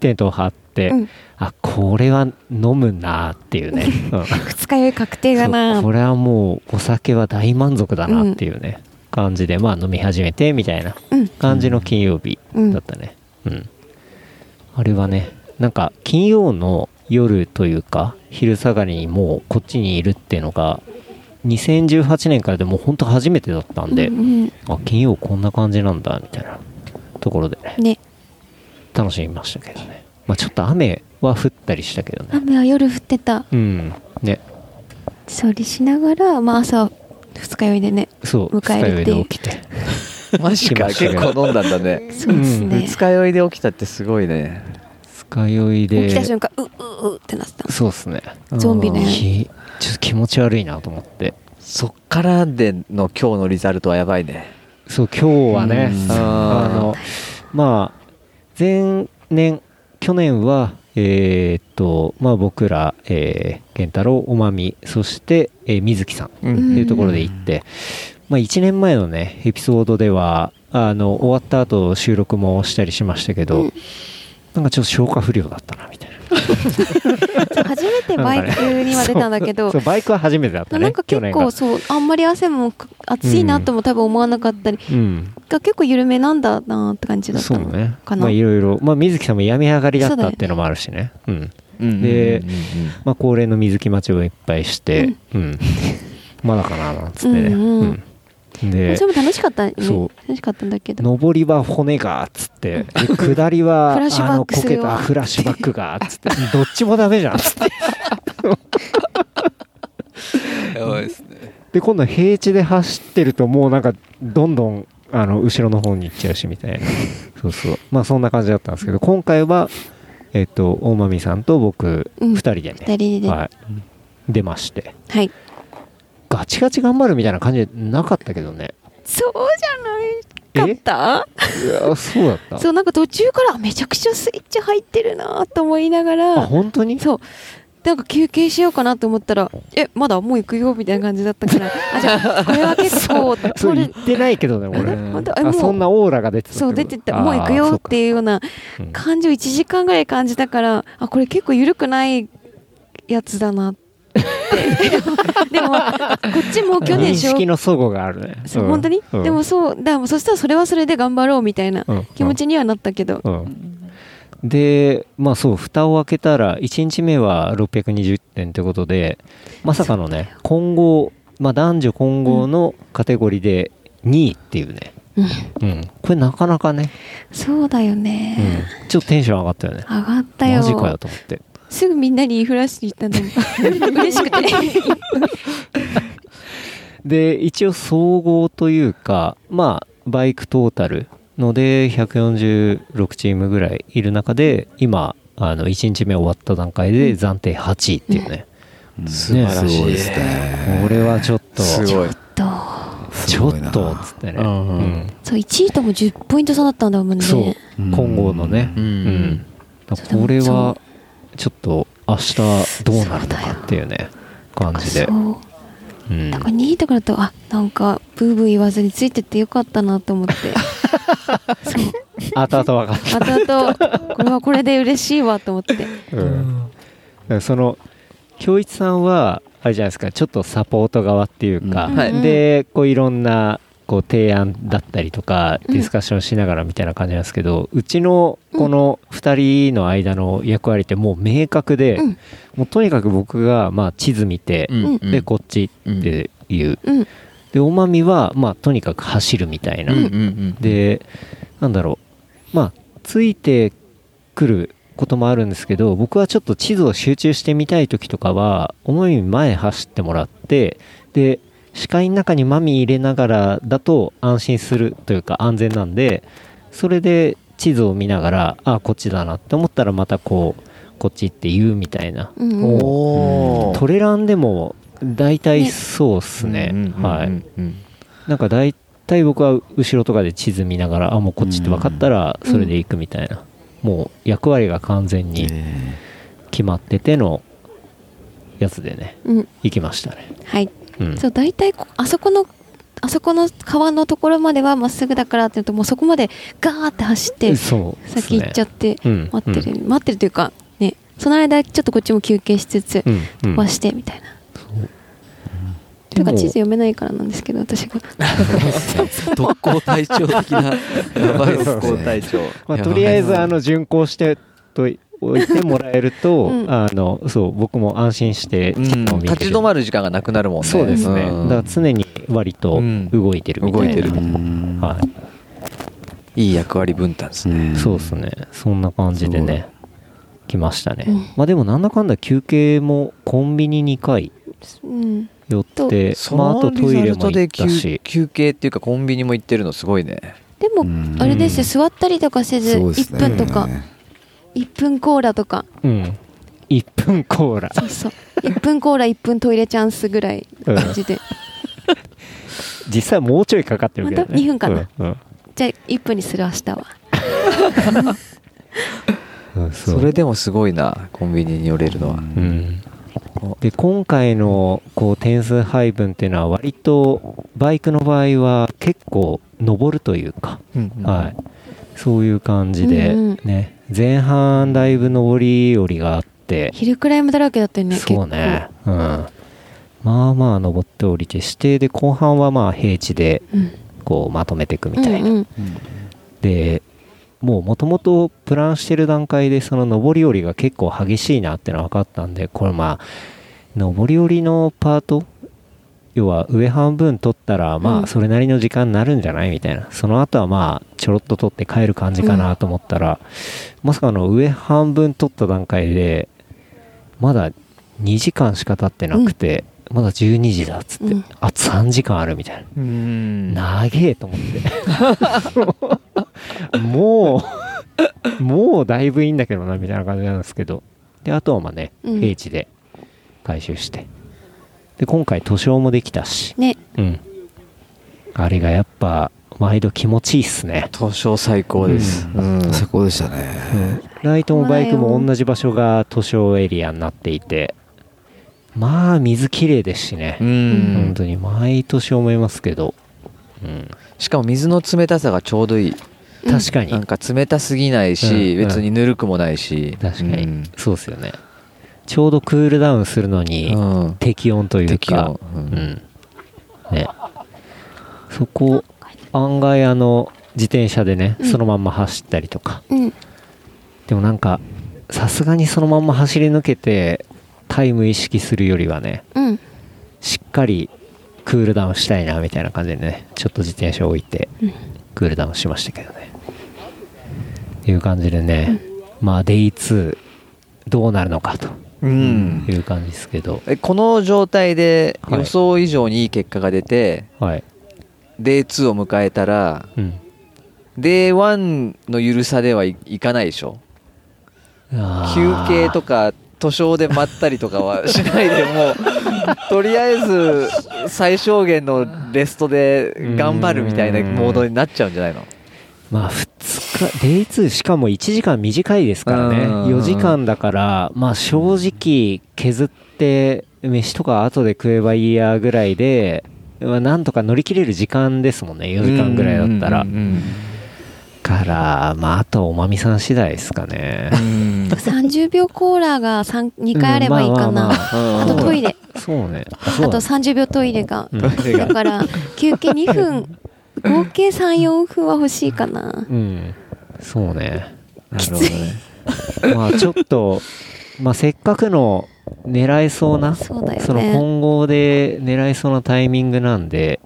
テントを張って、
うん
あこれは飲むなーっていう
[laughs]
ね、うん
二日酔い確定だ
そ
な
うこれはもうお酒は大満足だなっていうね、感じでまあ飲み始めてみたいな
うん
感じの金曜日だったねうん、あれはねなんか金曜の夜というか昼下がりにもうこっちにいるっていうのが2018年からでも本当初めてだったんで、
うんうん
あ金曜こんな感じなんだみたいなところでね
ね
楽しみましたけどねまあちょっと雨は降ったりしたけどね
雨は夜降ってた
うんね
処理しながら、まあ、朝二日酔いでね
そう
迎えるって
二日
いう
酔いで起きて
[laughs] マジか
来ました
結
ね
構飲んだんだね
そうですね、
うん
二日酔いで起きたってすごいね
二日酔いで
起きた瞬間うううってなって
そうですね
たゾンビ
うん
ね
きちょっと気持ち悪いなと思って
そっからでの今日のリザルトはやばいね
そう今日はね
うん
あのまあ前年去年はえーっとまあ僕ら、えー、健太郎おまみそして、えー水木さん
う
っ
ん
ていうところで行って、まあ、1年前のねエピソードではあの終わった後収録もしたりしましたけど、なんかちょっと消化不良だったなみたいな
初めてバイクには出たんだけど
そうバイクは初めてだったね
なんか結構そうあんまり汗もか暑いなとも多分思わなかったり、
去年が
が結構緩めなんだなって感じ
うん
だった
そう
の
ね
かな
まあいろいろまあ水木さんも病み上がりだっ
そうだ
たっ
よ
ていうのもあるしねうん
うん
で
うんうん
まあ恒例の水木待ちをいっぱいしてうん、まだかななんつってね
うんうん
うん
まあ
で
それも楽しかったね
そう
楽しかったんだけど
上りは骨がっつってで下りは
[laughs] フラッシュバ
あ
ッ
の
クす
こ
る
け
わ
たフラッシュバックがっつって [laughs] どっちもダメじゃんっ [laughs] つって
やばいですね
で今度平地で走ってるともうなんかどんどんあの後ろの方に行っちゃうしみたいな [laughs] そうそうまあそんな感じだったんですけど今回はえっ、と大まみさんと僕
うん
2人でね、
二人では、
はいい、出ましてガチガチ頑張るみたいな感じなかったけどね
そうじゃないかっ
いやそうだった
たそうなんか途中からめちゃくちゃスイッチ入ってるなと思いなが
あ
ら
本当に
そうなんか休憩しようかなと思ったらえまだもう行くよみたいな感じだったからあじゃ
[laughs]
あこれは結構
そう
これ
言ってないけどね
あれ
俺
本当えも
あ
う
そんなオーラが出てた
そう出てった
あー
もう行くよっていうような
そうか
感じを1時間ぐらい感じたからあこれ結構緩くないやつ
[laughs]
だなってでもこっちも
うん
去年
認
しょ
識の齟齬があるね
そう
うん
本当に、
うん
でもそうだからもうそしたらそれはそれで頑張ろうみたいな
うん
気持ちにはなったけど、
うん、でまあそう蓋を開けたら1日目は620点ということでまさかのね混合、まあ、男女混合のカテゴリーで2位っていうね、
うん
うん、これなかなかね、
そうだよ
う
ね、
ん、ちょっとテンション上がったよね
上がったよ
マジかよと思って
すぐみんなに言いふらして言ったの [laughs] 嬉しくて
で一応総合というかまあバイクトータルので146チームぐらいいる中で今あの1日目終わった段階で暫定8位っていうね、
うん
素晴らしい
すごですね
これはちょっと
すごい
どう
す
ちょ
ごいな
っとっつってね、
うんうん
そう1位とも10ポイント差だったんだもんね
そう混合のね、
うん
だからこれはちょっと明日どうなるのかっていうね感じで、
そう
うん
なんか2位とかだとあなんかブーブー言わずについてってよかったなと [laughs] 思ってそう
後々分かっ
後々これはこれで嬉しいわと思って
た、うん、だからその京一さんはあれじゃないですかちょっとサポート側っていうか、
うん
はい
でこういろんなこう提案だったりとか
うん
ディスカッションしながらみたいな感じなんですけど、うちのこの2人の間の役割ってもう明確で、
うん
もうとにかく僕がまあ地図見て、
ん
でこっちっていう、
うん
でおまみはまあとにかく走るみたいな、
うんうん
でなんだろうまあついてくることもあるんですけど僕はちょっと地図を集中してみたい時とかは思い前走ってもらってで視界の中にマミ入れながらだと安心するというか安全なんでそれで地図を見ながらあこっちだなって思ったらまたこうこっちって言うみたいな、
うんうん
お
トレランでも大体そうっすねはい、なんか大体僕は後ろとかで地図見ながらあもうこっちって分かったら
うん
それで行くみたいな、もう役割が完全に
え
決まっててのやつでね
うん
行きましたね
はい
うん
そう大体こあそこのあそこの川のところまではまっすぐだからって言うともうそこまでガーって走って
そう
先行っちゃ
っ
って
て、うん
待ってる、待ってるというかねその間ちょっとこっちも休憩しつつ
うんうん
飛ばしてみたいな、
で
とか
も
地図読めないからなんですけど私が
特攻隊長的なやばいです
交代
ね
長
まあ、
やばい
とりあえずあの巡航してといおいてもらえると、
うん
あのそう僕も安心して
うん立ち止まる時間がなくなるもんね
そうですね、
うん
だから常に割と動いてるみたいな、
うん動いてる
うん
はい
いい役割分担ですね
そうですね。そんな感じでね、来ましたね。
うん
まあでもなんだかんだ休憩もコンビニ2回
[laughs] うん
寄って、まああとトイレも行ったし、
休憩っていうかコンビニも行ってるのすごいね
でも
うん
あれですよ座ったりとかせず
そうです
1
ね
分とか1分コーラとか
うん。1分コーラ。
そうそう1分コーラ1分トイレチャンスぐらいの感じで
実際もうちょいかかってるけどね。
本当2分かな
うん。うん
じゃあ1分にする明日は
うん
それでもすごいなコンビニに寄れるのは
うんで今回のこう点数配分っていうのは割とバイクの場合は結構上るというか、はい、そういう感じで、
うんうん
ね、前半だいぶ上り下りがあって、
昼クライムだらけだったよね
そうね、うん、まあまあ上って下りてしてで後半はまあ平地で
結構うん
こうまとめていくみたいな、
うんうん
でもうもともとプランしてる段階でその上り下りが結構激しいなってのは分かったんでこれまあ上り下りのパート要は上半分取ったら
う
ま
ん
あそれなりの時間になるんじゃないみたいな、その後はまあちょろっと取って帰る感じかなと思ったら、まさかの上半分取った段階でまだ2時間しか経ってなくて、まだ12時だっつって、
うん
あと3時間あるみたいな。
うん
長えと思って。 [laughs] もう、もうだいぶいいんだけどな、みたいな感じなんですけど。で、あとはまあね、
うん
平地で回収して。で、今回、塗装もできたし。
ね
うん。あれがやっぱ、毎度気持ちいいっすね。
図書最高ですうん
最高でしたね
ライトもバイクも同じ場所が塗装エリアになっていて。まあ、水きれいですしね。
うん
本当に、毎年思いますけど。うん。
しかも水の冷たさがちょうどいい
確かに。
なんか冷たすぎないし
うん
別にぬるくもないし
確かに、
うん
そうですよねちょうどクールダウンするのに
うん
適温という
適
か
温う
うんんねそこ案外あの自転車でね
うん
そのまんま走ったりとか、
うん
でもなんかさすがにそのまんま走り抜けてタイム意識するよりはね
うん
しっかりクールダウンしたいなみたいな感じでねちょっと自転車置いて
うん
クールダウンしましたけどね。っていう感じでね、まあ、デイ2、どうなるのかと
うん
いう感じですけど、
えこの状態で
はい
予想以上にいい結果が出て、
はい。
デー2を迎えたら
うん。
デー1の緩さではいいかないでしょ
あ
休
ー
憩とか図書で待ったりとかはしないで
[laughs]
もうとりあえず最小限のレストで頑張るみたいなモードになっちゃうんじゃないの
まあ2日、デイ2しかも1時間短いですからね。
うん
4時間だから、まあ正直削って飯とか後で食えばいいやぐらいで、まあなんとか乗り切れる時間ですもんね。4時間ぐらいだったら
うん。うん
から、まああとおまみさん次第ですかね。
うん
30秒コーラが三2回あればいいか
うんまあまあ
な。
まあ
あとトイレ。
そうね。あ
あ
そうだ
と30秒トイレが。
うん
トイレ
だ
が
から、休憩2分、合計3、4分は欲しいかな。
うん。そうね。
なるほどね
まあちょっと、まあせっかくの狙えそうな、
そうだよね
その混合で狙えそうなタイミングなんで、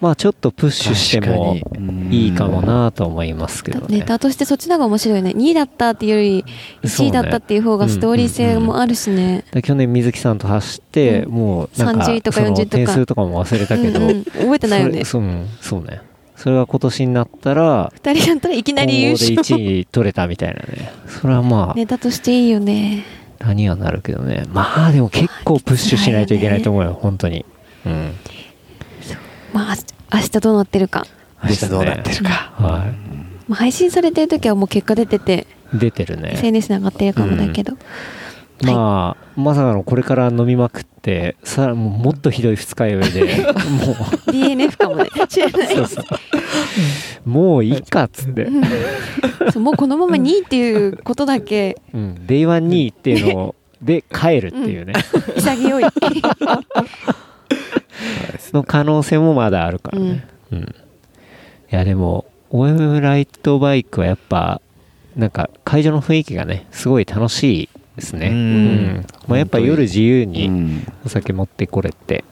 まあちょっとプッシュしても
確かに
いいかもなと思いますけ
だ
ど
って
ね
ネ。タとしてそっちの方が面白いよね。2位だったっていうより、1位だったっていう方がストーリー性もあるしね。
で去年水木さんと走って、
う
もうなんか、
30とか
その
40とか
点数とかも忘れたけど、
うんうん覚えてないよね。
それそううんそうね。それが今年になったら、
2人だったらいきなり優
で1
勝。
位取れたみたいなね。それはまあ、
ネタとしていいよね。
何はなるけどね。まあでも結構プッシュしないといけないと思うよ、本当に。うん。
まあ、明日どうなってるか。
明日どうなってるか。
は
まあ配信されてる時はもう結果出てて、
い。出てるね。
SNS に上がってるかもだけど。はい
まあ、まさかのこれから飲みまくって、さらもうもっとひどい二日酔いで、
DNF か
[laughs]
もね。知らない。
もう、もういいかっつって。
そうもうこのまま2位っていうこと
[laughs]
だけ
うん。デイワンにっていうのを、で、帰るっていうね。
潔い。
の可能性もまだあるからね。うん。いや、でも、OM ライトバイクはやっぱ、なんか会場の雰囲気がね、すごい楽しいですね。
うん
まあやっぱ夜自由
う
に
ん
お酒持ってこれて、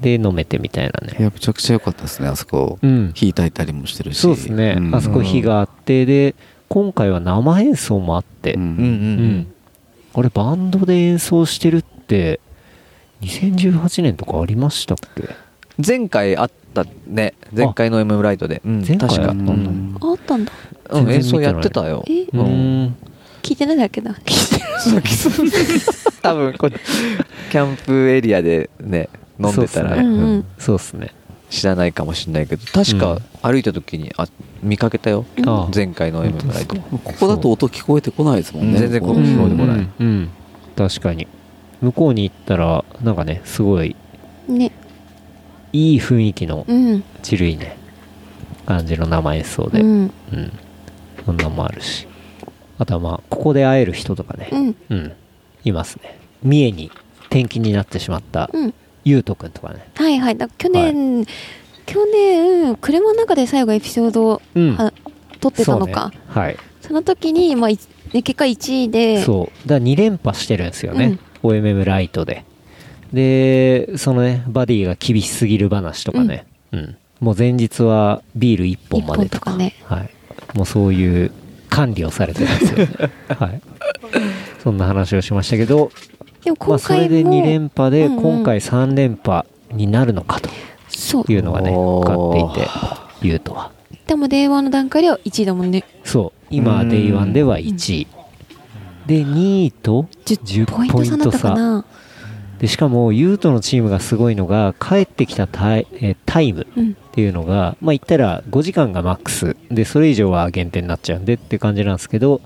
で、飲めてみたいなね。
いや、めちゃくちゃ良かったですね、あそこ。
うん。
火焚いたりもしてるし。
そうですね、
ん
あそこ火があって、で、今回は生演奏もあって、
う
うん。
うんうん
ん。
あれ、バンドで演奏してるって、2018年とかありましたっけ
前回あったね前回の M ライトで、うん、
前回
確か、
あった
うん
だ
ん
あったんだ。
うん、演奏
全然見てない
やってたよ
え
う
うんん。
聞いてないだけだ。
多分こうキャンプエリアでね飲んでたら
そうっすね
うんうん
そうですね。
知らないかもしれないけど確
う
か
ん
歩いた時にあ見かけたよ、
ああ
前回の M ライト
ここだと音聞こえてこないですもん
う
ね。
ん全然こう
うん
聞こえてこない
うんうんうん確かに向こうに行ったらなんかねすごい
ね。
いい雰囲気の
うん。
地類ね感じの生演奏で、
う
うん
ん。
そんなんもあるしあとはまあここで会える人とかね
うん。
うん、いますね三重に転勤になってしまった
うん。
ゆうとくんとかね
はいはい。だ去年、去年、車の中で最後エピソードを、
うん
あ撮ってたのか。
そうねはい
その時に、まあ、いね結果1位で、
そう。だから2連覇してるんですよね。OMM ライトで。で、そのね、バディが厳しすぎる話とかね。うん。もう前日はビール1本までとか。
一本と
はい。もうそういう管理をされてるんですよ、ね。
[laughs]
はい。そんな話をしましたけど、
でも
まあ
今
それ
回
で
も、
2連覇で、
うんうん
今回3連覇になるのかと
そう。
いうのがね、
お
分
ー
かっていて、言うとは。
でも、電話の段階では1位だもんね。
そう今
うん
Day1 では1位で2位と
10ポイント差だったかな。
でしかもユートのチームがすごいのが帰ってきたタイ,、えータイム
うん
っていうのが、まあ言ったら5時間がマックスでそれ以上は減点になっちゃうんでっていう感じなんですけど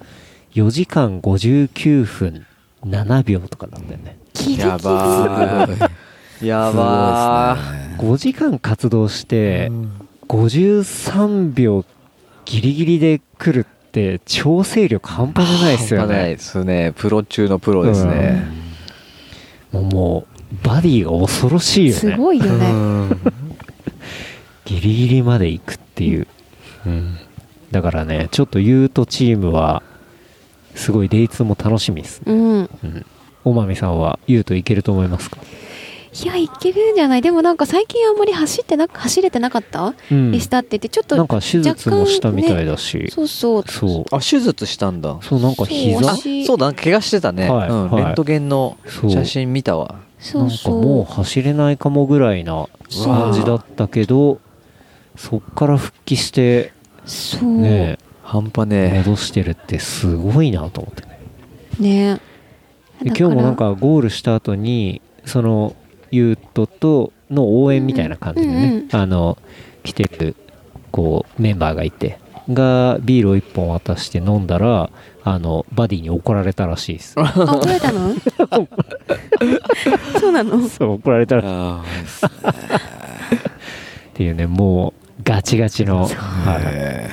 4時間59分7秒とかなんだよね
ギリギリ。
やばーいやばー
5時間活動して53秒ギリギリで来るって調整力半端じゃないですよ
半端ない
ね
ですねプロ中のプロですね、
もうもうバディが恐ろしいよね
すごいよね。
ギリギリまで行くっていう、うん、だからねちょっとユートチームはすごいデイツーも楽しみですね
うん。
うんおまみさんはユートいけると思いますか、
いや、いけるんじゃないでもなんか最近あんまり走ってな、走れてなかった、
うん
でしたって言って、ちょっと
なんか手術もしたみたいだし、
そうそう。
そう
あ手術したんだ
そうなんか膝
そう
あそうだ怪我してたね、
はい
うん
はい
レントゲンの
そう
写真見たわ
そうそう。
なんかもう走れないかもぐらいな
そう
感じだったけどそっから復帰して
そう。ね
ね
半端ねえ
戻してるってすごいなと思ってね
ね
で今日もなんかゴールした後にそのユートとの応援みたいな感じでね、
うんうん
あの来てるこうメンバーがいてがビールを1本渡して飲んだらあのバディに怒られたらしいです
あ怒られたのそうなの
[laughs] そう怒られたらっ
あー
ていうねもうガチガチの、はい、
え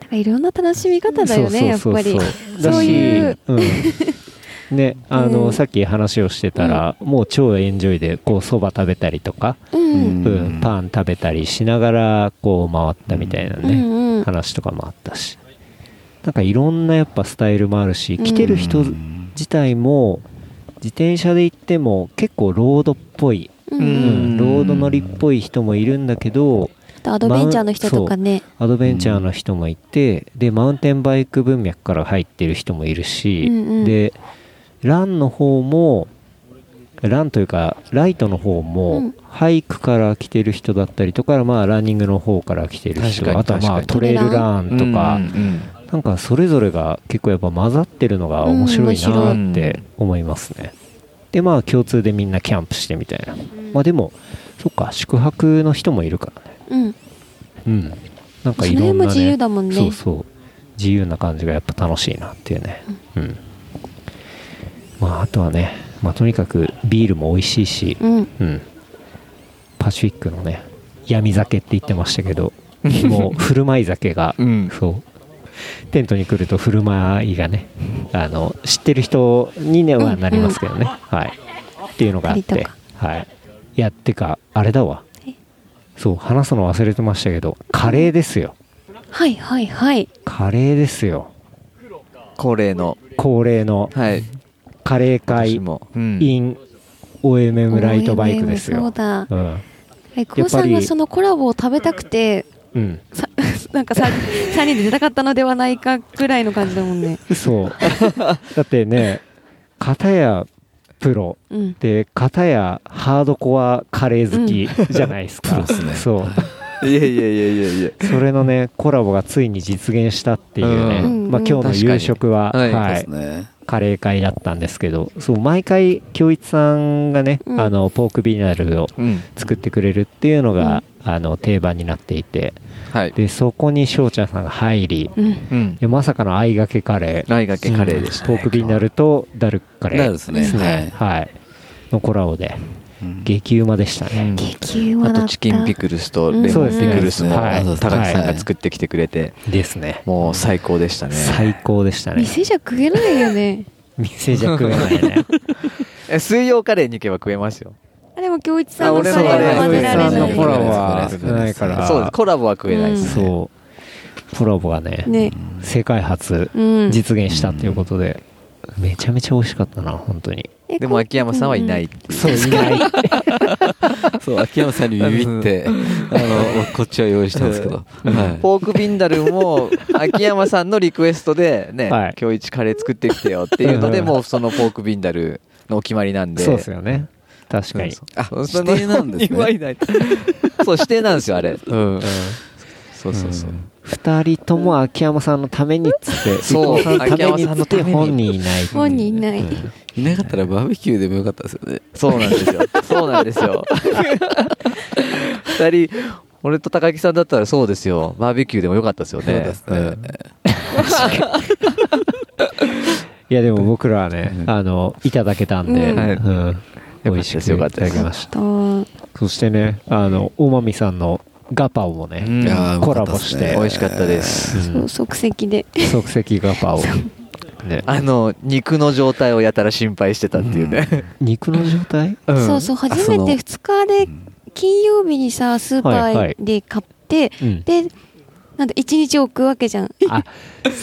なんかいろんな楽しみ方だよねやっぱり
だし
そういう、 [laughs]
うんねあの、
うん
さっき話をしてたら、もう超エンジョイでこうそば食べたりとか、
う
ー
ん
うん、パン食べたりしながらこう回ったみたいな
う
ね、
んうん
話とかもあったしなんかいろんなやっぱスタイルもあるし
うん
来てる人
うん
自体も自転車で行っても結構ロードっぽい、
うんう
うんん、ロード乗りっぽい人もいるんだけど
あとアドベンチャーの人とかね
アドベンチャーの人もいてでマウンテンバイク文脈から入ってる人もいるし、
うんうん
でランの方もランというかライトの方も、
うん
ハイクから来てる人だったりとか、まあ、ランニングの方から来てる人
確かに
あとはまあ
確かに
トレイルランとか、なんかそれぞれが結構やっぱ混ざってるのが面白い
うん
な
面白い
って思いますね。でまあ共通でみんなキャンプしてみたいな。まあでもそっか宿泊の人もいるからね。
うん
うん。なんか
そ
い
の
ろん
辺も
な、ね、
自由だもんね
そうそう自由な感じがやっぱ楽しいなっていうね。うん。まああとはね、まあとにかくビールも美味しいし、
うん
うん、パシフィックのね闇酒って言ってましたけ [laughs] どもう振る舞い酒が、
うん
そうテントに来ると振る舞いがねあの知ってる人にねはなりますけどね、はいっていうのがあっ
二人
て
とか、
はい、いやってかあれだわ
え
そう話すの忘れてましたけどカレーですよ
はいはいはい
カレーですよ
恒例の
恒例の
はい
カレー
私
会
も、うん、
in OMM ライトバイクです
そう
よ、
だ
うん
え久保さん
やっぱ
が
り
そのコラボを食べたくて
うん、
さ [laughs] なんか 3, 三人で出たかったのではないかぐらいの感じだもんね。
そうだってね片やプロ
うん、
で片やハードコアカレー好きじゃないですか、
うんプロっすね
そう
いやいやいやいやいや
それのねコラボがついに実現したっていうね、
うん
まあ、
うん
今日の夕食は、
確かに
は
はい
そうですね
カレー会だったんですけどそう毎回京一さんがね、
うん
あのポークビナルを
うん
作ってくれるっていうのが、あの定番になっていて
はい
でそこに翔ちゃんさんが入り
うん、
うん
でまさかの相掛けカレー
内掛けカレーでした
ポークビナルとダルクカレー
ダルですね
はい、のコラボで
うん
激うまでしたね、
激うま
あ
だった。
とチキンピクルスと
うん
レ
そ
モ
う
ンピ
です
ク
ね
ルスも
はい
高木さんが作ってきてくれて
ですね
もう最高でしたね
最高でしたね
店じゃ食えないよね。
店じゃ食え
[laughs]
ないね
え水曜カレーに行けば食えますよ
あでも京一さんの
俺
カレ
の
ーは混ぜられ
京一さ
なんい
のコラボ
よ。
はないから
そうですコラボは食えないで
ボ
すね
そうコラボがね
ね、
世界初
うん。
実現したということで、めちゃめちゃ美味しかったな本当に
え
でも秋山さんはいない。
そういない
そう秋山さんにビビってあのこっちは用意したんですけどはい
ポークビンダルも秋山さんのリクエストでね
はい
今日一カレー作ってきてよっていうので
うん
もうそのポークビンダルのお決まりなん
[laughs]
で
そうですよね確かに、
そう
あ
そう
指定なんです
[laughs]
ね
今いないそう指定なんですよあれうんそうそうそう
2人とも秋山さんのためにっつって
そう
伊藤さんのため
秋
に
山
っつ
さん
っ
の
て
ために
本人いない
本人いない。
いなかったらバーベキューでもよかったですよね
そうなん
[laughs]
ですよ。そうなんですよ。二人、俺と高木さんだったらそうですよ。バーベキューでもよかったですよね。
そうです
うん
ね
いやでも僕らはね、
うん
あのいただけたんで、
うん
はい
うん美味しくいただきまし
と
たそしてねあのおまみさんのガパオも
う
ね、
ん
いやー
コラボして
よ
美
かったっすね
味しかったです。
う
そ
ん
う即席で。
即席ガ
[laughs]
パオね
あの、肉の状態をやたら心配してたっていうね。
肉の状態
ん
そうそう初
そ
め
の
て2日で金曜日にさスーパ
はい
ーで買って、
うん
でなんだ1日置くわけじゃん。
あ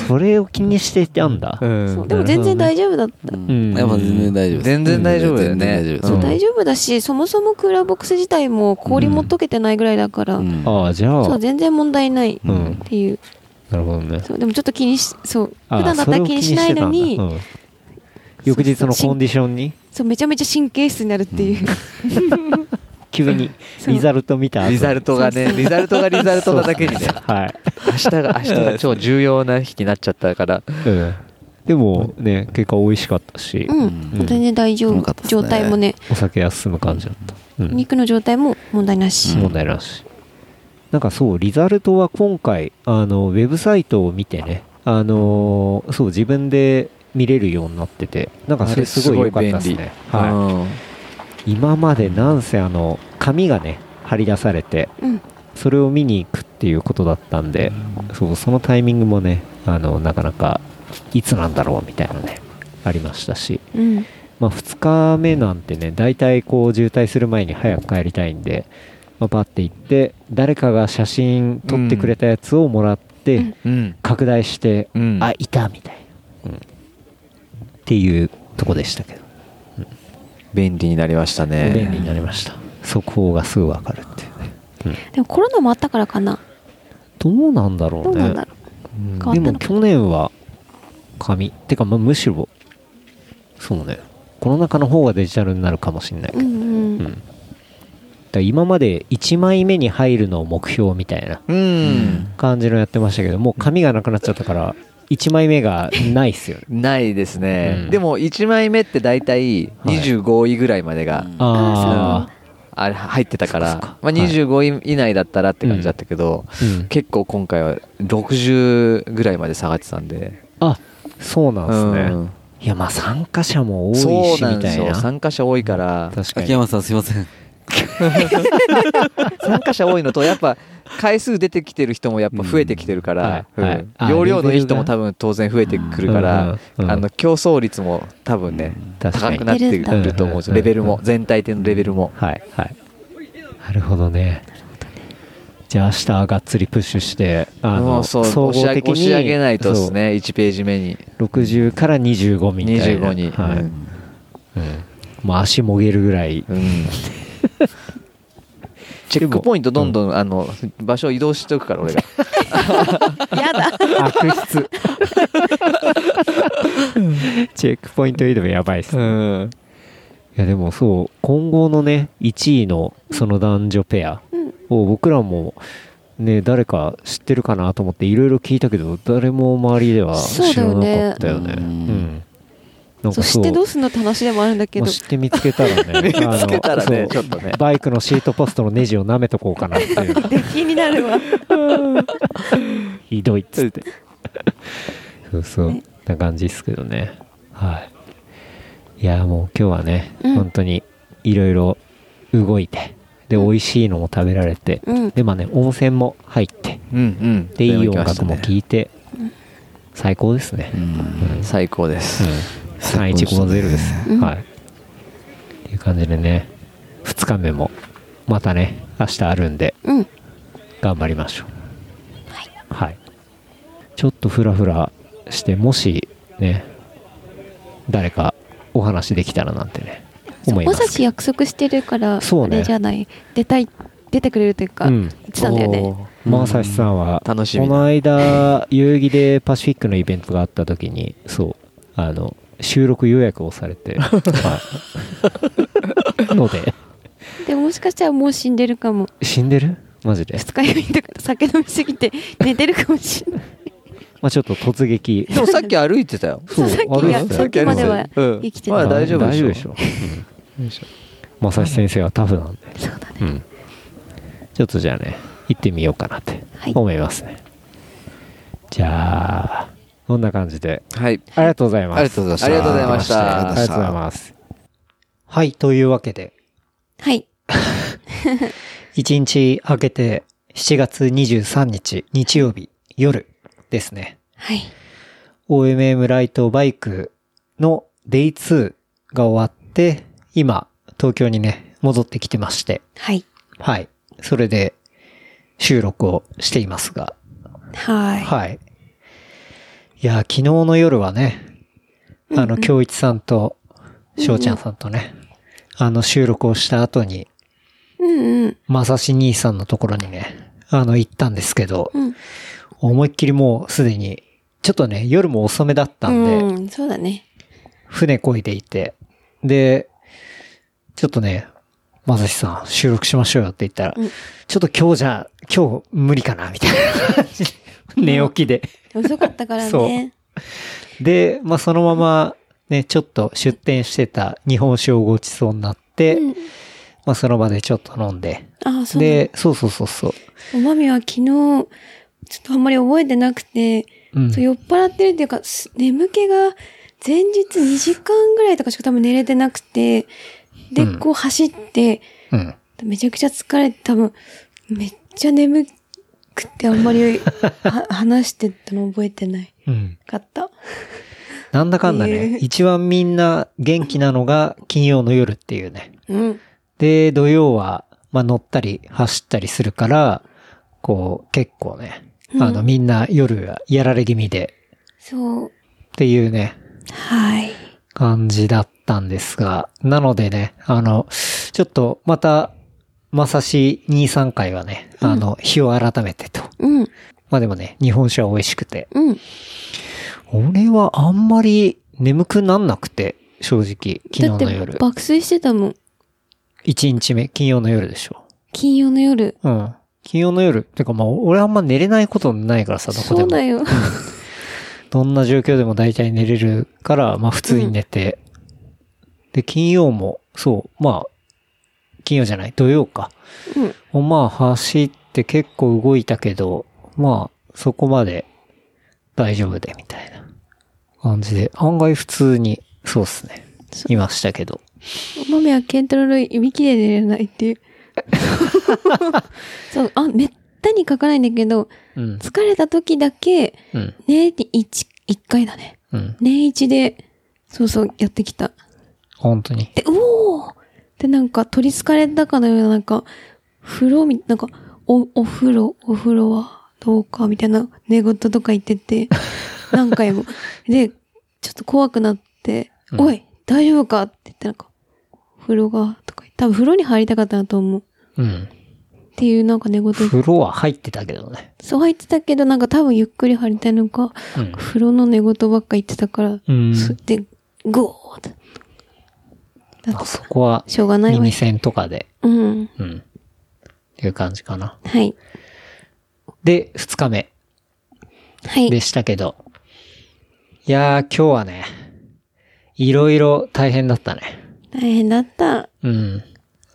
それを気にしてたんだ、
そうでも全然大丈夫だった。
ん
やっぱ全然大丈夫です
全然大丈夫だよね
全然大丈夫
うん
大丈夫だしそもそもクーラーボックス自体も氷も溶けてないぐらいだから、
うん
ああじゃあ
そう全然問題ないっ
うん
ていう,、
なるほどね
そうでもちょっと気にしそう
あ
普段だったら気にしないのに
それを気してたんだうん翌日のコンディションに
そうめちゃめちゃ神経質になるっていう、
急に
そう
リザルト見た後
リザルトがね、リザルトがリザルトなだけにね、
はい
明日が、明日が超重要な日になっちゃったから、
うんでもね、結果美味しかったし、
うん、
うん
全然大丈
う
夫、
まかったっすね
状態もね
お酒は進む感じだった。うん
肉の状態も問題なし、
問題なし。なんかそう、リザルトは今回、あの、ウェブサイトを見てね、あのーそう、自分で見れるようになってて、なんかそれすごい良かったですね。は。
はい
今までなんせあの、紙がね、貼り出されて、
うん
それを見に行くっていうことだったんで、そう、そのタイミングもね、あの、なかなか、いつなんだろうみたいなね、ありましたし、
うん
まあ、2日目なんてね、大体こう渋滞する前に早く帰りたいんで、まあ、パッて行って、誰かが写真撮ってくれたやつをもらって、
うん
うん。
拡大して、
うん。
あ、いたみたいな、うんっていうとこでしたけど、
便利になりましたね。
便利になりました。そこがすぐわかるっていうね。
でもコロナもあったからかな
どうなんだろうね。
どうなんだろ
うん
変わった
で
のか
も去年は紙てかまあむしろそうねコロナ禍の方がデジタルになるかもしれないけ
う、う
ど、
んうん
うんだから今まで1枚目に入るのを目標みたいな
うん。
感じのやってましたけどもう紙がなくなっちゃったから1枚目がないっすよね
ないですね
う。ん
でも、1枚目って大体25位ぐらいまでが、
うん
あ
[laughs] あれ、入ってたか
そっ
ら
か、
まあ25位以内だったらって感じだったけど、
あ、うん、
結構今回は60ぐらいまで下がってたんで。
あそうなんですね、
うん
いやまあ参加者も多いし
そうなん
み
で
た
す
い
よ。
な
参加者多いから、
確か
秋
に
山さんすいません。
参加者多いのと、やっぱ、回数出てきてる人もやっぱ増えてきてるから、
うんはい
うん
はいあ
容量のいい
レベルが
人も多分当然増えてくるから、
うんうんうん
あの競争率も多分ね、
確か
高
に
くなってると思うんですよ、
うん
レベルも、全体的のレベルも。
はいはいなるほどねじゃあ明日はがっつりプッシュしてあ
も
の
うそう
総合
押し上げ
的に
押し上げないとですね、1ページ目に、
そう60から25みたいな
25に。
はい
うん
うんまあ、足もげるぐらい
うんチェックポイントどんどん、あの場所を移動しておくから俺が
やだ
悪質チェックポイント移動やばいっす、い
うん
やでもそう今後のね1位のその男女ペアを僕らもね誰か知ってるかなと思っていろいろ聞いたけど誰も周りでは知らなかったよね
そうだよね
うんなん
そ
か
う知ってどうすんのって話でもあるんだけ
も
ど
う知って見つけたらね
[laughs] 見つけたらね
あの
ちょっとね
バイクのシートポストのネジを舐めとこうかなっていう
で気になるわ
ひどいっつって。 [laughs] そうそう。な感じですけどね。はい。いや、もう今日はね、
うん
本当にいろいろ動いて、で、美味しいのも食べられて、
うん
で、まあね、温泉も入って、
うんうん
で、いい音楽も
い
聴いて、最高ですね。
て最高です、
3、1、5、0です。
うん
はい。っていう感じでね、2日目も、またね、明日あるんで、
うん
頑張りましょうはい、ちょっとフラフラしてもしね誰かお話できたらなんてね思い
お
ま
さ
す
し約束してるから、
そうね
あれじゃない出たい出てくれるというか、
うん
言ってたんだよね
おー
まさしさんは
楽しみだ
この間代々木でパシフィックのイベントがあった時にそうあの収録予約をされ
[laughs]
て、はい、ので
でももしかしたらもう死んでるかも
死んでるマジで、
二日酔いとか酒飲みすぎて寝てるかもしれない
まあ、ちょっと突撃
でもさっき歩いてたよ
そう
さっ
あ
き
れ
や
です
さっきまでは
うん
生きてた、
まあ大丈夫でしょ
でしょまさし先生はタフなんで
そうだね
うん、ちょっとじゃあね行ってみようかなって
はい
思いますね、じゃあこんな感じで
はい
ありがとうございます
ありがとうございました。
あ
ありがとうございました
りがとうございますはいというわけで
はい
1日明けて7月23日日曜日夜ですね。
はい、
OMM ライトバイクの Day2 が終わって、今東京にね、戻ってきてまして、
はい、
はい。それで収録をしていますが、
はい
はい。いやー、昨日の夜はね、あの、京一さんと翔ちゃんさんとね、あの収録をした後に、
うんうん
まさし兄さんのところにね、あの、行ったんですけど、
うん
思いっきりもうすでに、ちょっとね、夜も遅めだったんで、
うんそうだね
船漕いでいて、で、ちょっとね、まさしさん、収録しましょうよって言ったら、
うん
ちょっと今日じゃ、今日無理かな、みたいな感じで。寝起きで。
遅かったから
そう
ね
で、まあ、そのまま、ね、ちょっと出店してた日本酒をごちそうになって、
うん
まあ、その場でちょっと飲んで。
あ、そうなんだ。
で、そうそうそうそう。
おまみは昨日、ちょっとあんまり覚えてなくて、
うん
そう酔っ払ってるっていうか、す眠気が前日2時間ぐらいとかしか多分寝れてなくて、で、
うん
こう走って、
うん。
めちゃくちゃ疲れて、多分、めっちゃ眠くてあん
[laughs]
まりは話してたの覚えてない
うん。
かった。
なんだかんだ
え
ね
え、
一番みんな元気なのが金曜の夜っていうね。
うん。
で、土曜は、まあ、乗ったり走ったりするから、こう、結構ね、あの、みんな夜はやられ気味で、
そう。
っていうね、
はい。
感じだったんですが、なのでね、あの、ちょっとまた、まさし2、3回はね、あの、日を改めてと。
うん。
まあでもね、日本酒は美味しくて。
うん。
俺はあんまり眠くなんなくて、正直、
だっ
昨日の
て
夜。
爆睡してたもん。
1日目、金曜の夜でしょ。
金曜の夜。
うん。金曜の夜。てかまあ、俺あんま寝れないことないからさ、どこ
そ
で
うだ
も。 [laughs]
よ。
どんな状況でも大体寝れるから、まあ普通に寝て。で、金曜も、そう、まあ、金曜じゃない、土曜か。
うん。
をまあ走って結構動いたけど、まあそこまで大丈夫でみたいな感じで、案外普通に、そうっすね。いましたけど。
お豆はケントロのいびきで寝れな
[laughs]
いっていう。そう、あ、めったに書かないんだけど、
うん。
疲れた時だけ、
うん。
ねって一、一回だね。
うん。
年一で、そうそう、やってきた。
本当に。
で、おーで、なんか、取り憑かれたかのような、なんか、風呂み、なんか、お、お風呂、お風呂はどうか、みたいな寝言とか言っ
[laughs]
てて、何回も。で、ちょっと怖くなって、
うん
おい、大丈夫かって言って、なんか、お風呂が、とか言って、多分風呂に入りたかったなと思う。
うん。
っていうなんか寝言、
風呂は入ってたけどね。
そう入ってたけど、なんか多分ゆっくり入りたいのか、
うん。
風呂の寝言ばっか言ってたから、
うん。
そで、ゴーって。だ
あ
と
そこは
しょうがないわ
耳。栓とかで、
うん。
うん。っていう感じかな。
はい。
で、二日目
はい。
でしたけど。いやー、今日はね、いろいろ大変だったね。
大変だった。
うん。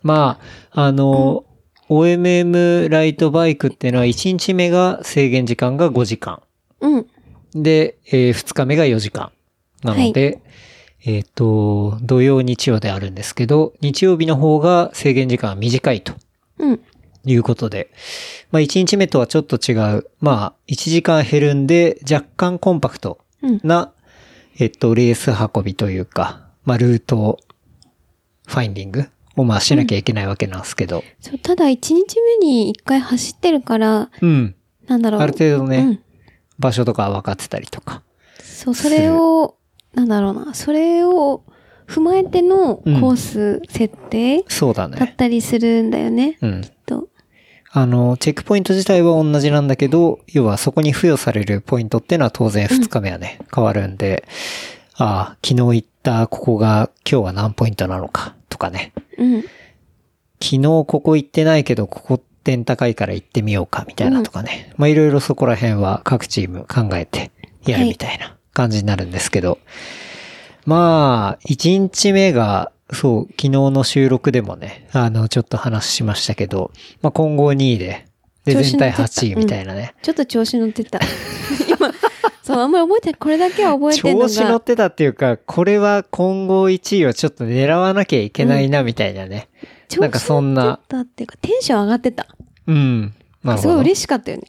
まあ、あの、OMM ライトバイクっていうのは1日目が制限時間が5時間。
うん。
で、え2日目が4時間。なので、えっ、と、土曜日曜であるんですけど、日曜日の方が制限時間は短いと
うん。
いうことで、まあ1日目とはちょっと違う、まあ1時間減るんで若干コンパクト
うん。
な、えっと、レース運びというか、まあ、ルートを、ファインディングをまあしなきゃいけないわけなんですけど、
そう、ただ一日目に一回走ってるから、
うん。
なんだろう。
ある程度ね、
うん。
場所とかは分かってたりとか。
そう、それを、なんだろうな。それを踏まえてのコース設定
そうだ
だっ
ね。
たりするんだよね。
うん
き。っと。
あの、チェックポイント自体は同じなんだけど、要はそこに付与されるポイントっていうのは当然2日目はね、変わるんで、ああ、昨日行ったここが今日は何ポイントなのかとかね。
うん。
昨日ここ行ってないけど、ここ点高いから行ってみようか、みたいなとかね。まあ、いろいろそこら辺は各チーム考えてやるみたいな感じになるんですけど。まあ、1日目が、そう、昨日の収録でもね、あの、ちょっと話しましたけど、まあ、混合2位で、で、
調子
全
乗っ
体
てた
8位みたいなね。
ちょっと調子乗ってた。 [laughs] 今、そう、あんまり覚えてない。これだけは覚えてるのが。
調子乗ってたっていうか、これは混合1位をちょっと狙わなきゃいけないな、みたいなね。
調子乗って
なんかそんな
たっていうか、テンション上がってた。
うん。なる
す
ほ
ごい
ど。
嬉しかったよね。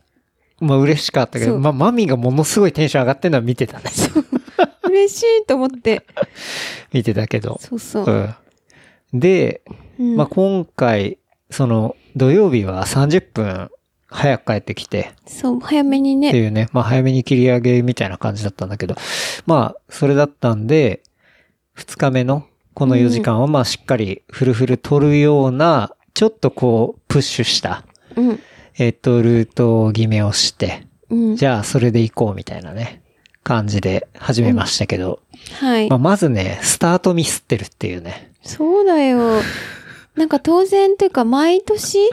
まあ嬉しかったけ
そ
ど、
う
まあマミがものすごいテンション上がってるのは見てたね。
嬉しいと思って。
見てたけど。
そうそうう。
ん。で、
うん
まあ今回、その土曜日は30分早く帰ってきて
そう、早めに
って
ね。
いうね、まあ早めに切り上げみたいな感じだったんだけど、まあそれだったんで、2日目のこの4時間はまあしっかりフルフル取るような、ちょっとこうプッシュした、
うん。
えっと、ルートを決めをして、
うん。
じゃあ、それで行こうみたいなね、感じで始めましたけど、
はい
まあ、。まずね、スタートミスってるっていうね。
そうだよ。なんか当然というか、毎年、えっ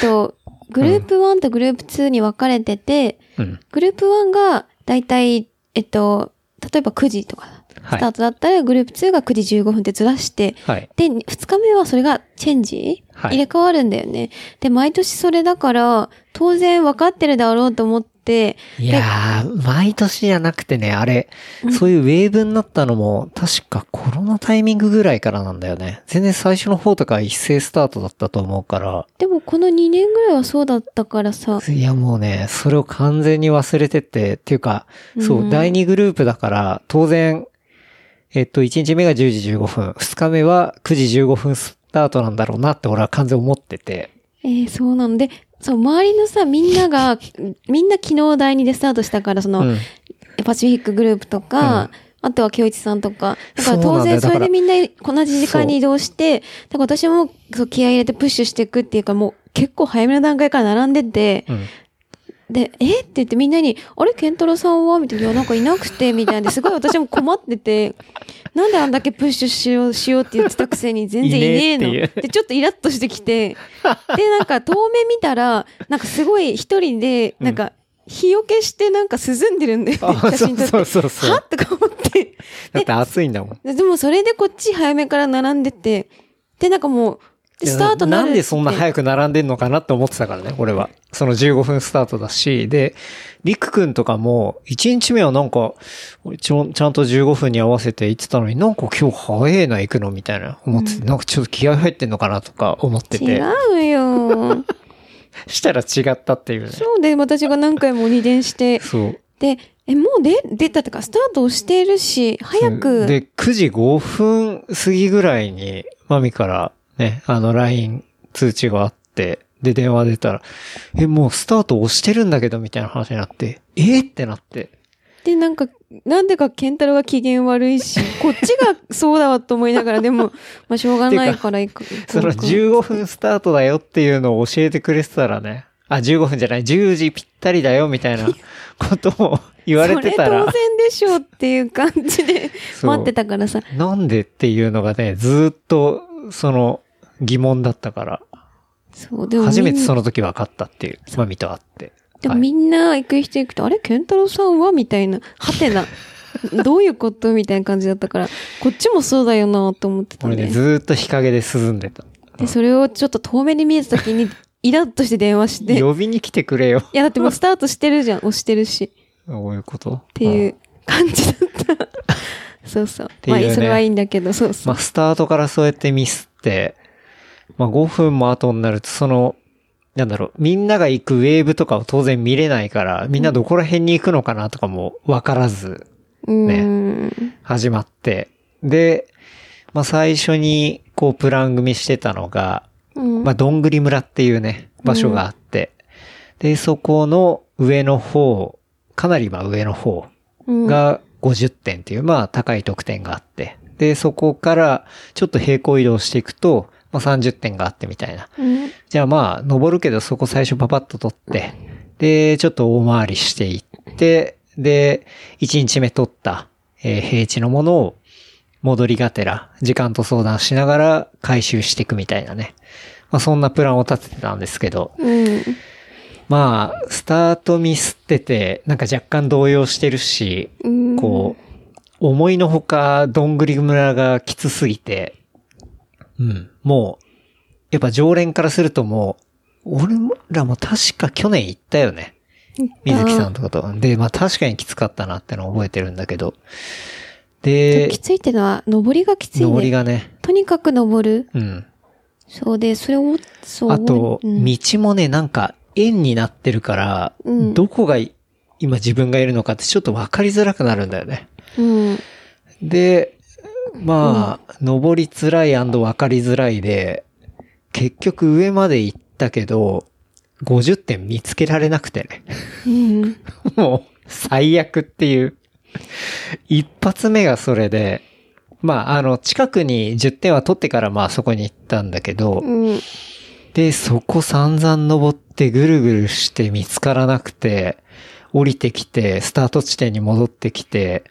と、グループ1とグループ2に分かれてて、
うん。
グループ1が、だいたい、えっと、例えば9時とか、
はい
スタートだったらグループ2が9時15分ってずらして、
はい。
で、2日目はそれがチェンジ、
はい
入れ替わるんだよね。で、毎年それだから、当然分かってるだろうと思って、
いやー、毎年じゃなくてね、あれ
う、ん
そういうウェーブになったのも、確かコロナタイミングぐらいからなんだよね。全然最初の方とか一斉スタートだったと思うから、
でもこの2年ぐらいはそうだったからさ、
いやもうね、それを完全に忘れてて、っていうか、そう、
うん
第2グループだから、当然、えっと、1日目が10時15分、2日目は9時15分スタートなんだろうなって俺は完全思ってて、
えーそうなので、そう、周りのさ、みんなが、みんな昨日第2でスタートしたから、その、
うん
パシフィックグループとか、あとは京一さんとか、だから
そうな
当
んだよ
然それ
だから
でみんな同じ時間に移動して、だから私もそう気合い入れてプッシュしていくっていうか、もう結構早めの段階から並んでて、
うん
で、えって言ってみんなに、あれ、ケントロさんはみたいな、いやなんかいなくて、みたいな、すごい私も困ってて、なんであんだけプッシュしよう、しようって言ってたくせに全然いねえの。
いねえって
で、ちょっとイラッとしてきて、で、なんか遠目見たら、なんかすごい一人で、なんか、日よけしてなんか涼んでるんだよね、
あ
写
そう
真撮って。
そうそうそう
はとか思って。
だって暑いんだもん。
ででもそれでこっち早めから並んでて、で、なんかもう、でスタート
な
なる
んでそんな
って
早く並んでんのかなって思ってたからね、俺は。その15分スタートだし、で、りくくんとかも、1日目はなんか、俺ちょちゃんと15分に合わせて行ってたのに、なんか今日早えな、行くのみたいな思ってて、なんかちょっと気合入ってんのかなとか思ってて、
違うよ。
したら違ったっていうね。
そうで、私が何回も二電して、
そう。
で、え、もう出、出たってか、スタートをしてるし、早く、
で、9時5分過ぎぐらいに、マミからね、あの、LINE 通知があって、で、電話出たら、え、もうスタート押してるんだけど、みたいな話になって、えーってなって。
で、なんか、なんでか、ケンタロウが機嫌悪
[laughs]
いし、こっちがそうだわと思いながら、でも、まあ、しょうがないから行く。
その
行こうか
15分スタートだよっていうのを教えてくれてたらね、あ、15分じゃない、10時ぴったりだよ、みた
[laughs]
いなことを言われてた
それ当
ら、
然でしょうっていう感じで、
そう
待ってたからさ、
なんでっていうのがね、ずーっと、その、疑問だったから、
そう、でもみん、
初めてその時分かったっていう、マミと会って。
でも
はい
みんな行く人行くと、あれケンタロウさんはみたいな、は
[laughs]
てな。どういうことみたいな感じだったから、こっちもそうだよなと思ってたん
俺
で。
ね、ずーっと日陰で涼んでた。
で、それをちょっと遠目に見えた時に、イラッとして電話して。い
呼びに来てくれよ。
や、だってもうスタートしてるじゃん。押してるし。っ
どういうことって
いう感じだった。そうそう。
ていうね
まあ、それはいいんだけど、そうそ
ま
う
あ、。スタートからそうやってミスって、まあ、5分も後になると、その、なんだろう、みんなが行くウェーブとかを当然見れないから、みんなどこら辺に行くのかなとかもわからず
うーん。
始まって、で、まあ、最初にこうプラン組みしてたのが、
うん
まあ、どんぐり村っていうね、場所があって、で、そこの上の方、かなりまあ上の方
うん
が50点っていう、まあ高い得点があって、で、そこからちょっと平行移動していくと、まあ30点があってみたいな。
うん
じゃあまあ、登るけどそこ最初パパッと取って、で、ちょっと大回りしていって、で、1日目取った、えー平地のものを戻りがてら、時間と相談しながら回収していくみたいなね。まあそんなプランを立ててたんですけど、
うん。
まあ、スタートミスってて、なんか若干動揺してるし、
うん。
こう、思いのほか、どんぐり村がきつすぎて、うん、もう、やっぱ常連からするともう、俺らも確か去年行ったよね。水木さんとかと。で、まあ確かにきつかったなってのを覚えてるんだけど。で
き、ついってのは、登りがきつい
登り
ね。
がね、
とにかく登る。
うん。
そうで、それを、そう。
あと、
うん
道もね、なんか円になってるから、
うん
どこが今自分がいるのかってちょっとわかりづらくなるんだよね。
うん。
で、まあ、登りづらい分かりづらいで、結局上まで行ったけど、50点見つけられなくてね。 [laughs]
うん。
もう、最悪っていう。一発目がそれで、まあ、あの、近くに10点は取ってからまあそこに行ったんだけど、
うん。
で、そこ散々登ってぐるぐるして見つからなくて、降りてきて、スタート地点に戻ってきて、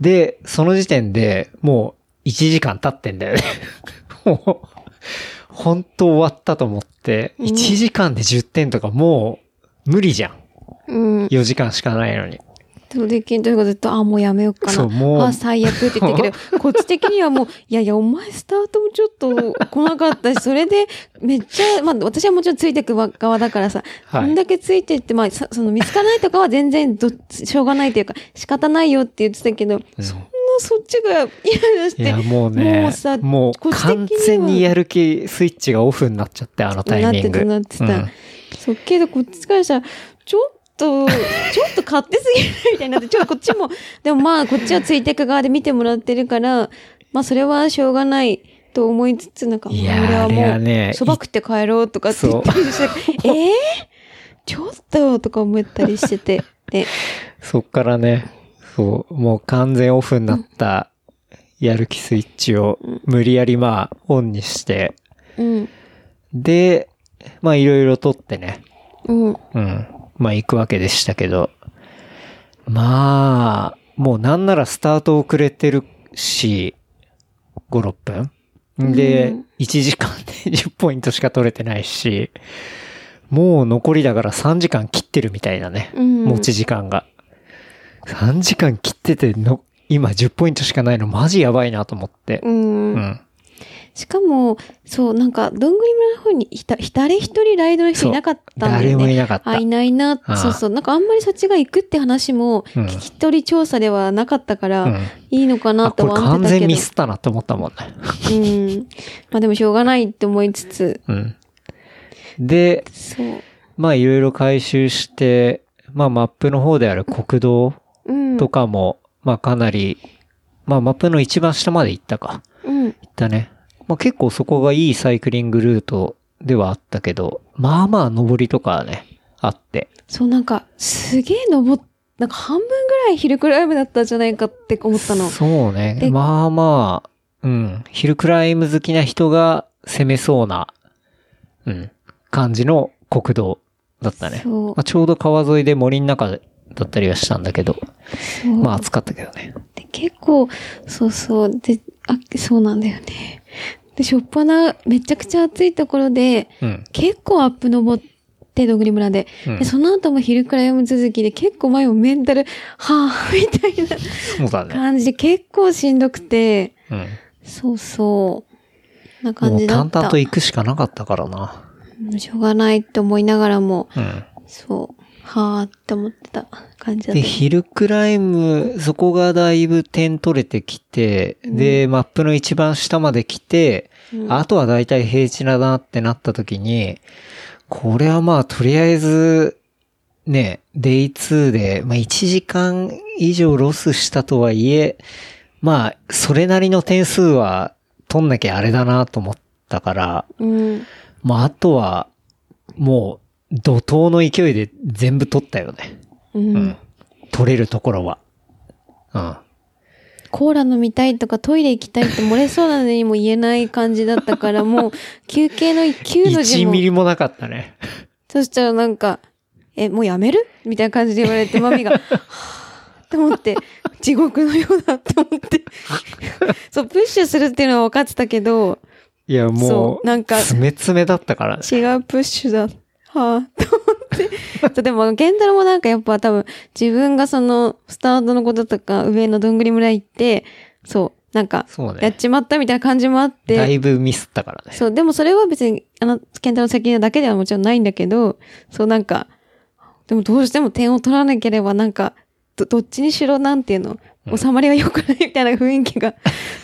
で、その時点でもう1時間経ってんだよね。 [laughs] もう、本当終わったと思って、
うん
1時間で10点とかもう無理じゃん。
うん。
4時間しかないのに。
でもできんというかずっと、あ、もうやめようか
そうもう
な。あ、最悪って言って
[laughs]
るけど、こっち的にはもう、いやいや、お前スタートもちょっと来なかったし、それで、めっちゃ、まあ私はもちろんついてく側だからさ、
はい
こんだけついてって、まあ、さその見つかないとかは全然ど、しょうがないというか、仕方ないよって言ってたけど、そんなそっちがイライラし
い
て
や、、もうね、も
も
う
うさこっち的
完
には
全にやる気スイッチがオフになっちゃって、あのタイミング。
なってたなってた。
うん
そう、けどこっちからしたら、ちょっ
[laughs]
と、ちょっと勝手すぎるみたいになって、ちょっとこっちも、でもまあこっちはついてく側で見てもらってるから、まあそれはしょうがない。と思いつつ、なんか、
いやー
俺は
あれは
も
ね
う、そば食って帰ろうとかって言ったりして、 [laughs] えー、ちょっととか思ったりし
[laughs]
てて、で、
そっからね、そう、もう完全オフになった、やる気スイッチを無理やりまあ、オンにして、
うん、
で、まあいろいろ撮ってね、
うん、
うん、まあ行くわけでしたけど、まあ、もうなんならスタート遅れてるし、5、6分で、
うん
1時間で10ポイントしか取れてないし、もう残りだから3時間切ってるみたいなね。
うん。
持ち時間が。3時間切ってての、今10ポイントしかないのマジやばいなと思って。
うん。
うん。
しかも、そう、なんか、どんぐり村の方にいた、誰一人ライドの人いなかったんだよね。
誰もいなかった
あ、い。ないな
あ。あ
そうそう。なんかあんまりそっちが行くって話も、
うん
聞き取り調査ではなかったから、
うん
いいのかな
あ、
と
これ
は思っ
完
てた
全
けど。
ミスったなって思ったもんね。
うん。まあでもしょうがないって思いつつ、
うん。で、
そう。
まあいろいろ回収して、まあマップの方である国道
うん。
とかも、まあかなり、まあマップの一番下まで行ったか。
うん。
行ったね。まあ結構そこがいいサイクリングルートではあったけど、まあまあ登りとかはね、あって。
そう、なんか、すげえ登っ、なんか半分ぐらいヒルクライムだったんじゃないかって思ったの。
そうね。
で
まあまあ、うん。ヒルクライム好きな人が攻めそうな、うん、感じの国道だったね。
そう
まあ、ちょうど川沿いで森の中だったりはしたんだけど、
そう
まあ暑かったけどね。
で、結構、そうそう、で、あ、そうなんだよね。で、しょっぱな、めちゃくちゃ暑いところで、
うん。
結構アップ登って、どんぐり村で。
うん
で、その後も昼くらいも続きで、結構前もメンタル、はぁ、みたい
そうだね。
な感じで、結構しんどくて、
うん。
そうそう、な感
もう
じだ
淡
った。
々と行くしかなかったからな。
うんしょうがないって思いながらも、
うん。
そう、はぁって思ってた感じだっ
で、
た。
ヒルクライム、そこがだいぶ点取れてきて、で、マップの一番下まで来て、
うん
あとは大体平地だなってなった時に、これはまあとりあえず、ね、デイ2で、まあ1時間以上ロスしたとはいえ、まあそれなりの点数は取んなきゃあれだなと思ったから、
うん。
まああとは、もう怒涛の勢いで全部取ったよね。
うん。
うん。取れるところは。うん。
コーラ飲みたいとかトイレ行きたいって漏れそうなのにも言えない感じだったから、もう休憩の9の字
[laughs] 1
も
ミ。リもなかったね。
そしたらなんか、え、もうやめるみたいな感じで言われて、マ
[laughs]
ミが、はぁって思って、地獄のようだって思
[laughs]
って。そう、プッシュするっていうのは分かってたけど、
いや、も、
そううなんか
詰め詰めだったからね。
違うプッシュだ。はぁ、と思って。そうでも、ゲンタロもなんかやっぱ多分、自分がその、スタートのこととか、上のどんぐり村行って、そう、なんか、
そう
やっ
ね。
ちまったみたいな感じもあって、
だいぶミスったからね。
そう、でもそれは別に、あの、ケンタの責任だけではもちろんないんだけど、そうなんか、でもどうしても点を取らなければなんか、ど、どっちにしろなんていうの、収まりが良くないみたいな雰囲
[laughs]
気が。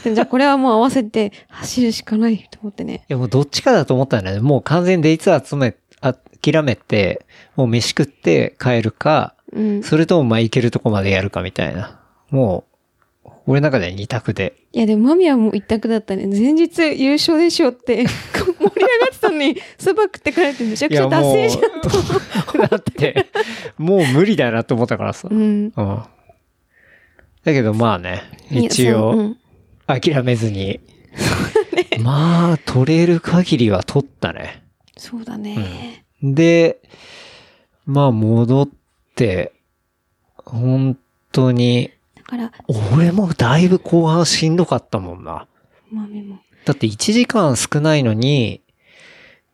でじゃあこれはもう合わせて走るしかないと思ってね。
いや、もうどっちかだと思ったんだよね。もう完全にデイツアー集め、あ諦めて、もう飯食って帰るか、
うん。い
それともまあ行けるとこまでやるかみたいな。もう、俺の中では二択で。
やでもマミはもう一択だったね。前日優勝でしょって盛り上がってた
[laughs]
のに、そば食って帰ってめちゃくちゃ達成じゃん。
う、 [laughs] だって、もう無理だなと思ったからさ。
う
うん。
ん。
だけどまあね、
いや
一
そうう
応、
ん
諦めず
[laughs]
に。まあ、取れる限りは取ったね。
そうだね。
で、まあ戻って、本当に、
だから、
俺もだいぶ後半しんどかったもんな。
マミも。
だって1時間少ないのに、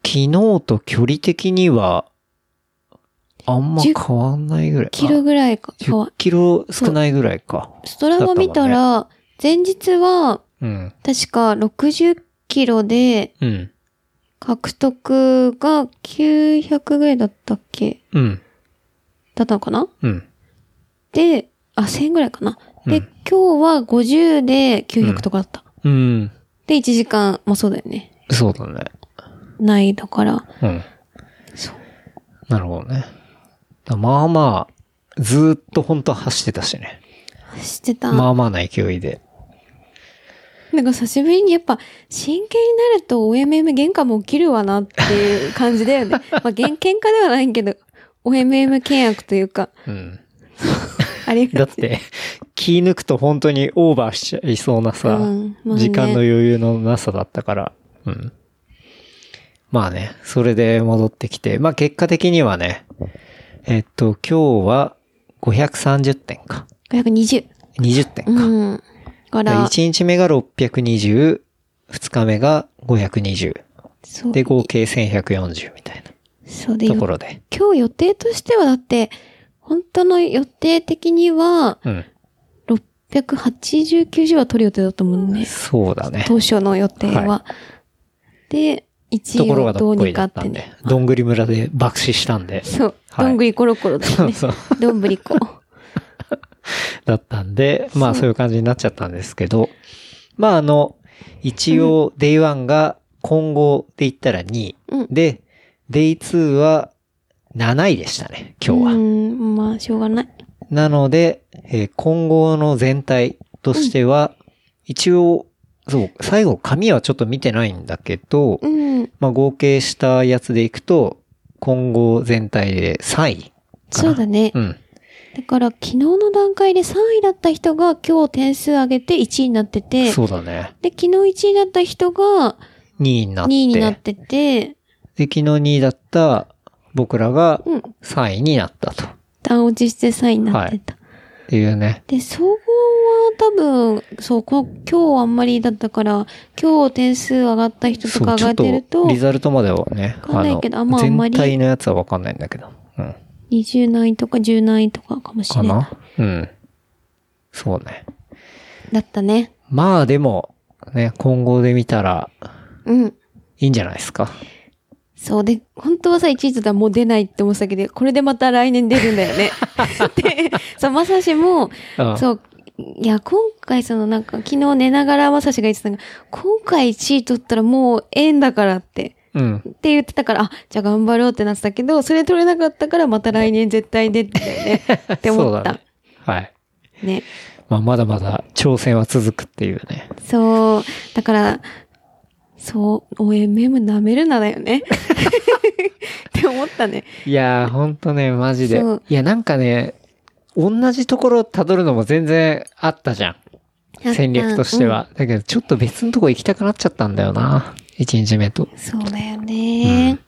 昨日と距離的には、あんま変わんないぐらい。
キロぐらいか。
あ10キロ少ないぐらいか。
ストラバ見たら、前日は、
うん。
確か60キロで、
うん。
獲得が900ぐらいだったっけ
うん。
だったのかな
うん。
で、あ、1000ぐらいかな。で、
うん
今日は50で900とかだった。
うん。
で、1時間、まあそうだよね。
そうだね。
ないだから。
うん。
そう。
なるほどね。だまあまあ、ずーっと本当走ってたしね。
走ってた。
まあまあな勢いで。
なんか久しぶりにやっぱ真剣になると OMM 喧嘩も起きるわなっていう感じだ
[laughs]
よね。まあげん喧嘩ではないけど、OMM 契約というか、
うん。
あれ
だ
が
って、 [laughs] 気抜くと本当にオーバーしちゃいそうなさ、
うんまあね
時間の余裕のなさだったから。うん。まあね、それで戻ってきて、まあ結果的にはね、えっと、今日は530点か。
520。
20点か。
うん。から、
1日目が620、2日目が520。
そう
で、合計1140みたい
そうで
なと
よ
ころで。
今日予定としてはだって、本当の予定的には、
うん。
689字は取る予定だったもんね。
そうだね。
当初の予定は。で、1
と
位
ころが
を
ど
ど
っ
う
こい
に
だ
か
っ
ったて
んで
ね。、
どんぐり村で爆死したん
[laughs]
で、
そう。
はい
どんぐりコロコロだよね。
そう
どんぶりこ。
だったんで、まあ
そう
そういう感じになっちゃったんですけど、まああの、一応、デイ1が混合で言ったら2位、
うん
で、デイ2は7位でしたね、 [laughs] 今
う
日は。
ーん、まあ、しょうがない。
なので、えー混合の全体としては、一応、そう、最後、紙はちょっと見てないんだけど、
うん。
まあ合計したやつでいくと、混合全体で3位。
そうだね。
うん。
だから、昨日の段階で3位だった人が今日点数上げて1位になってて、
そうだね。
で、昨日1位だった人が
2位になっ
2位
て。
になってて、
で、昨日2位だった僕らが
うん。
3位になったと
段落ちして3位になってた。
いうね。
で、総合は多分、そう、こ今日あんまりだったから、今日点数上がった人と
そ
か
う、
上
ちょ
が
っ
ってる
と
と、
リザルトまではね、
わかんないけどあんまあん
全
まり
体のやつはわかんないんだけど。うん。
20何位とか10何位とかかもし
か
れない。
なうん。そうね。
だったね。
まあでも、ね、混合で見たら
うん。
いいんじゃないですか。
そうで、本当はさ、1位とかもう出ないって思ってたけど、これでまた来年出るんだよ
[laughs]
ね。で、そう、まさしも、
うん
そう、いや、今回そのなんか、昨日寝ながらまさしが言ってたのが、今回1位取ったらもう縁だからって、
うん。
って言ってたから、あ、じゃあ頑張ろうってなってたけど、それ取れなかったからまた来年絶
[laughs]
対出てたよね。って
そう
思っ
だ
た。
ね。はい。
ね。
まあまだまだ挑戦は続くっていうね。
そう、だから、そう、OMM 舐めるなだよね。って思ったね。
いやー、ほんとね、マジで
そう。
いや、なんかね、同じところを辿るのも全然あったじゃん。戦略としては。だけど、ちょっと別のとこ行きたくなっちゃったんだよな。1日目と。
そうだよね、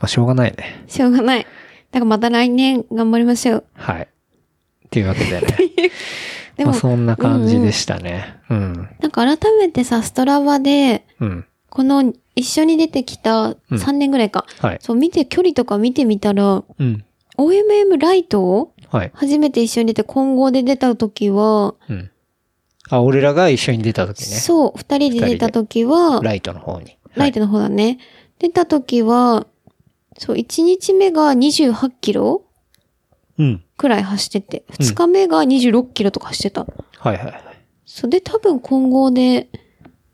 まあ、しょうがないね。
しょうがない。だからまた来年頑張りましょう。
はい。っていうわけでね。
[laughs] で
ま
も、
あ、そんな感じでしたね。うん、
なんか改めてさ、ストラバで、
うん。
この一緒に出てきた3年ぐらいか。
はい。
そう、見て、距離とか見てみたら、
うん。
OMM ライトを
はい。
初めて一緒に出て混合で出た時は、
うん。あ、俺らが一緒に出た時ね。
そう、二人で出た時は、
ライトの方に。
ライトの方だね。出た時は、そう、1日目が28キロ
うん。
くらい走ってて、
うん
2日目が26キロとか走ってた。
はいはいはい。
そうで、多分混合で、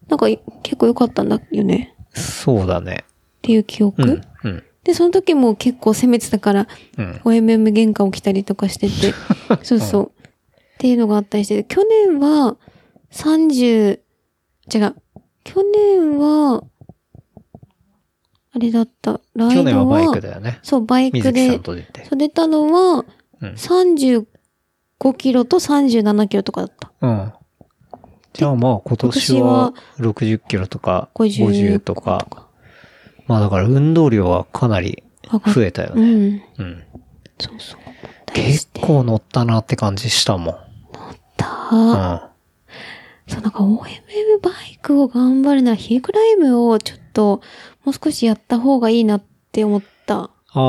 なんかい結構良かったんだよね。っ
そうだね。
ていう記憶、
うん。うん。
で、その時も結構攻めてたから、
うん。
OMM 喧嘩起きたりとかして
[laughs]
て、そうそう、っていうのがあったりして、去年は30、違う。去年は、あれだった。ラ
去
イ
年は
ド
バイ
は
ク、だよね。
そう、バイク
水木さ
で
ん、と出て。
そう出たのは
うん
35キロと37キロとかだった。
うん。じゃあまあ今年は60キロとか
50
50とか。まあだから運動量はかなり増えたよ
う
ね。
ん。
うん。
そうそう。
結構乗ったなって感じしたもん。う
た
ん。
そう、なんか OMM バイクを頑張るならヒルクライムをちょっともう少しやった方がいいなって思った。
ああ。
だ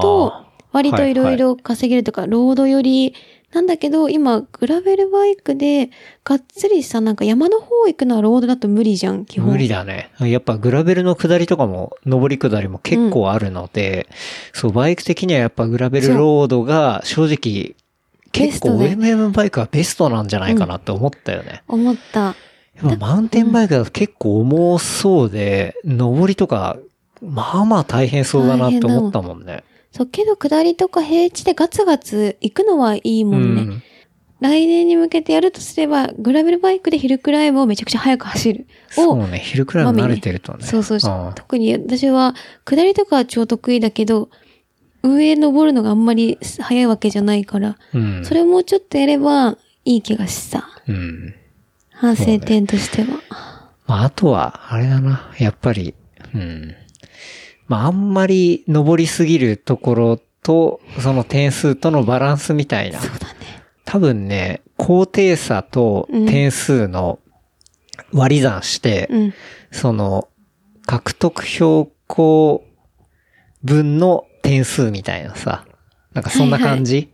と、割といろいろ稼げるとか、ロードより、なんだけど、今、グラベルバイクで、がっつりさ、なんか山の方行くのはロードだと無理じゃん、基本。
無理だね。やっぱグラベルの下りとかも、上り下りも結構あるので、そう、バイク的にはやっぱグラベルロードが正直、
ベ
結
ス
構
トで
MM バイクはベストなんじゃないかなって思ったよね。
思った。
やっぱマウンテンバイクだと結構重そうで、上りとか、まあまあ大変そうだなって思ったもんね。
そう、けど下りとか平地でガツガツ行くのはいいも
うん
ね。
ん。
来年に向けてやるとすれば、グラベルバイクでヒルクライムをめちゃくちゃ速く走る。
そ
を
うね、昼くらいも慣れてるとね。
そうそう
うん
特に私は、下りとかは超得意だけど、上登るのがあんまり早いわけじゃないから、
うん。
それをもうちょっとやればいい気がした。
うん。
反省点としては。
まあ、あとは、あれだな。やっぱり、うん。まあ、あんまり登りすぎるところと、その点数とのバランスみたいな。
そうだね。
多分ね、高低差と点数の割り算して、
うん。
その、獲得標高分の点数みたいなさ、なんかそんな感じ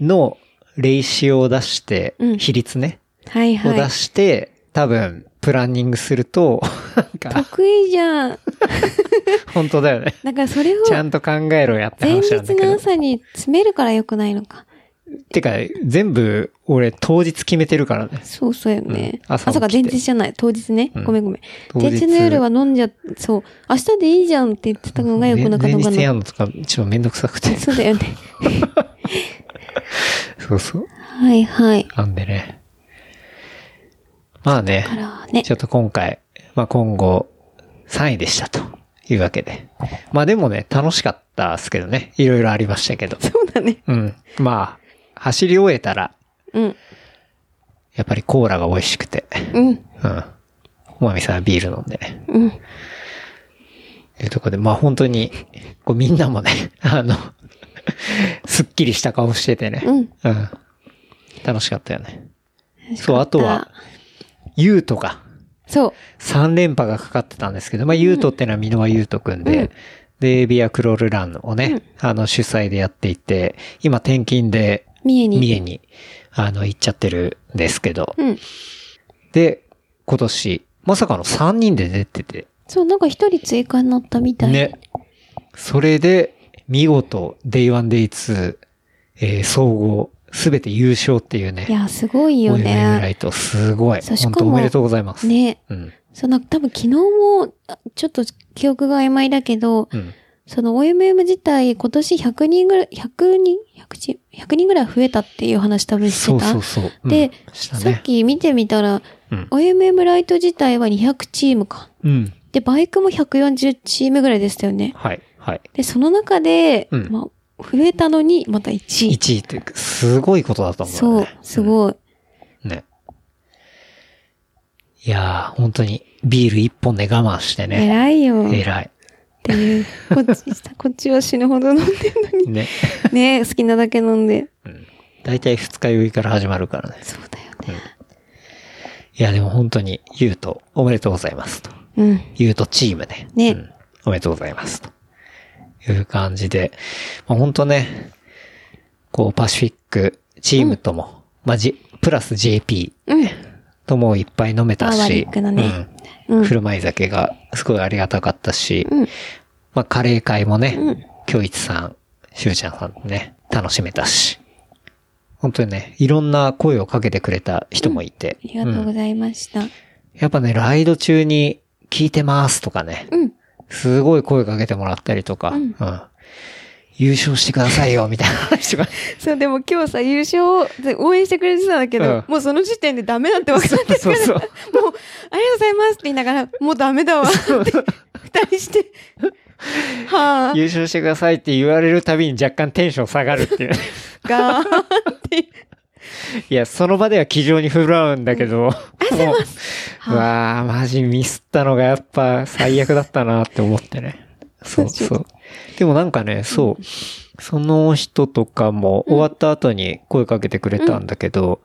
のレイシオを出して
う、ん
比率ね、
はい
を
は
出
い。
して、多分、プランニングすると、なんか、
得意じゃん。
本当だよね。
だからそれを
ちゃんと考えろやって
前
話なん
日
だけ
の
ど。
朝に詰めるから良くないのか。
てか、全部、俺、当日決めてるからね。
そうそうよね。
うん
あ、
朝
そうか、
起きて
前日じゃない。当日ね。
ん
ごめんごめん。
当日
前日の夜は飲んじゃ、そう。明日でいいじゃんって言ってたのが良くなかった
前
の
前
か
日や
な。
んのとか、ちょっとめんどくさくて。
そうだよね。
そうそう。
はいはい。
なんでね。まあね。
だからね。
ちょっと今回、まあ、今後、3位でしたというわけで。まあでもね、楽しかったですけどね。いろいろありましたけど。
そうだね。
うん。まあ、走り終えたら、
うん。
やっぱりコーラが美味しくて。
うん。
うん。おまみさんはビール飲んでね。
うん。
というところで、まあ本当に、こうみんなもね、 [laughs] あの、すっきりした顔しててね。
うん。
うん。楽しかったよね。そう、あとは、ゆうとが、
そう。
3連覇がかかってたんですけど、まあ、ゆうとってのは箕輪ゆうとくんで、で、ビアクロールランをね、あの、主催でやっていて、今転勤で、
三重に。
三重に、あの、行っちゃってるんですけど、
うん。
で、今年、まさかの3人で出てて、
そう、なんか一人追加になったみたい。
ね。それで、見事、Day1、Day2、えー総合、すべて優勝っていうね。
いや、すごいよ
オイルラ
ね。
イト、すごい。
そうしか
本
も
当おめでとうございます。
ね。
うん。
そう、なんか多分昨日も、あちょっと記憶が曖昧だけど、
うん。
その OMM 自体今年100人ぐらい、100人、100人、100人ぐらい増えたっていう話多分して
そう
た。
そうそう。うん
で、
した
さっ
ね。
き見てみたら、
うん
OMM ライト自体は200チームか。
うん。
で、バイクも140チームぐらいでしたよね。
はい、はい。
で、その中で、
うん
まあ、増えたのに、また1位。
1位って、すごいことだと思う
そ
よ
う
ね。、
すごい。
うん。ね。いやー、本当に、ビール1本で我慢してね。
偉いよ。っ
偉い。
ていう。こっち、こっちは死ぬほど飲んでるのに。
ね。
[laughs] ね好きなだけ飲んで。
だいたい二日酔いから始まるからね。
そうだよね。
いや、でも本当に、ゆうと、おめでとうございますと。
うん。
ゆうとチームね。
ね
うんおめでとうございます。という感じで、まあ、本当ね、こう、パシフィックチームとも、まあ、じ、プラス JP
うん。
ともいっぱい飲めた
バーバリ
し
ッ、クのね
うん
うん
振る舞い酒がすごいありがたかったし、
うん
まあ、カレー会もね、京一さん、しゅうちゃんさんね、楽しめたし、本当にね、いろんな声をかけてくれた人もいて、
ありがとうございました。
やっぱね、ライド中に聞いてますとかね、
うん。
すごい声かけてもらったりとか、うん優勝してくださいよ、みたいな話
[laughs]
とか。
そう、でも今日さ、優勝をで応援してくれてたんだけど、
うん
もうその時点でダメだって分かってるから、
そうそう
もう、ありがとうございますって言いながら、もうダメだわって、二人して、はぁ、
優勝してくださいって言われるたびに若干テンション下がるっていう。
がーって、
いや、その場では気丈に振る舞うんだけど。もうう [laughs] わあ、マジミスったのがやっぱ最悪だったなって思ってね。
[laughs]
そうそう。でもなんかね、そう。その人とかも終わった後に声かけてくれたんだけど、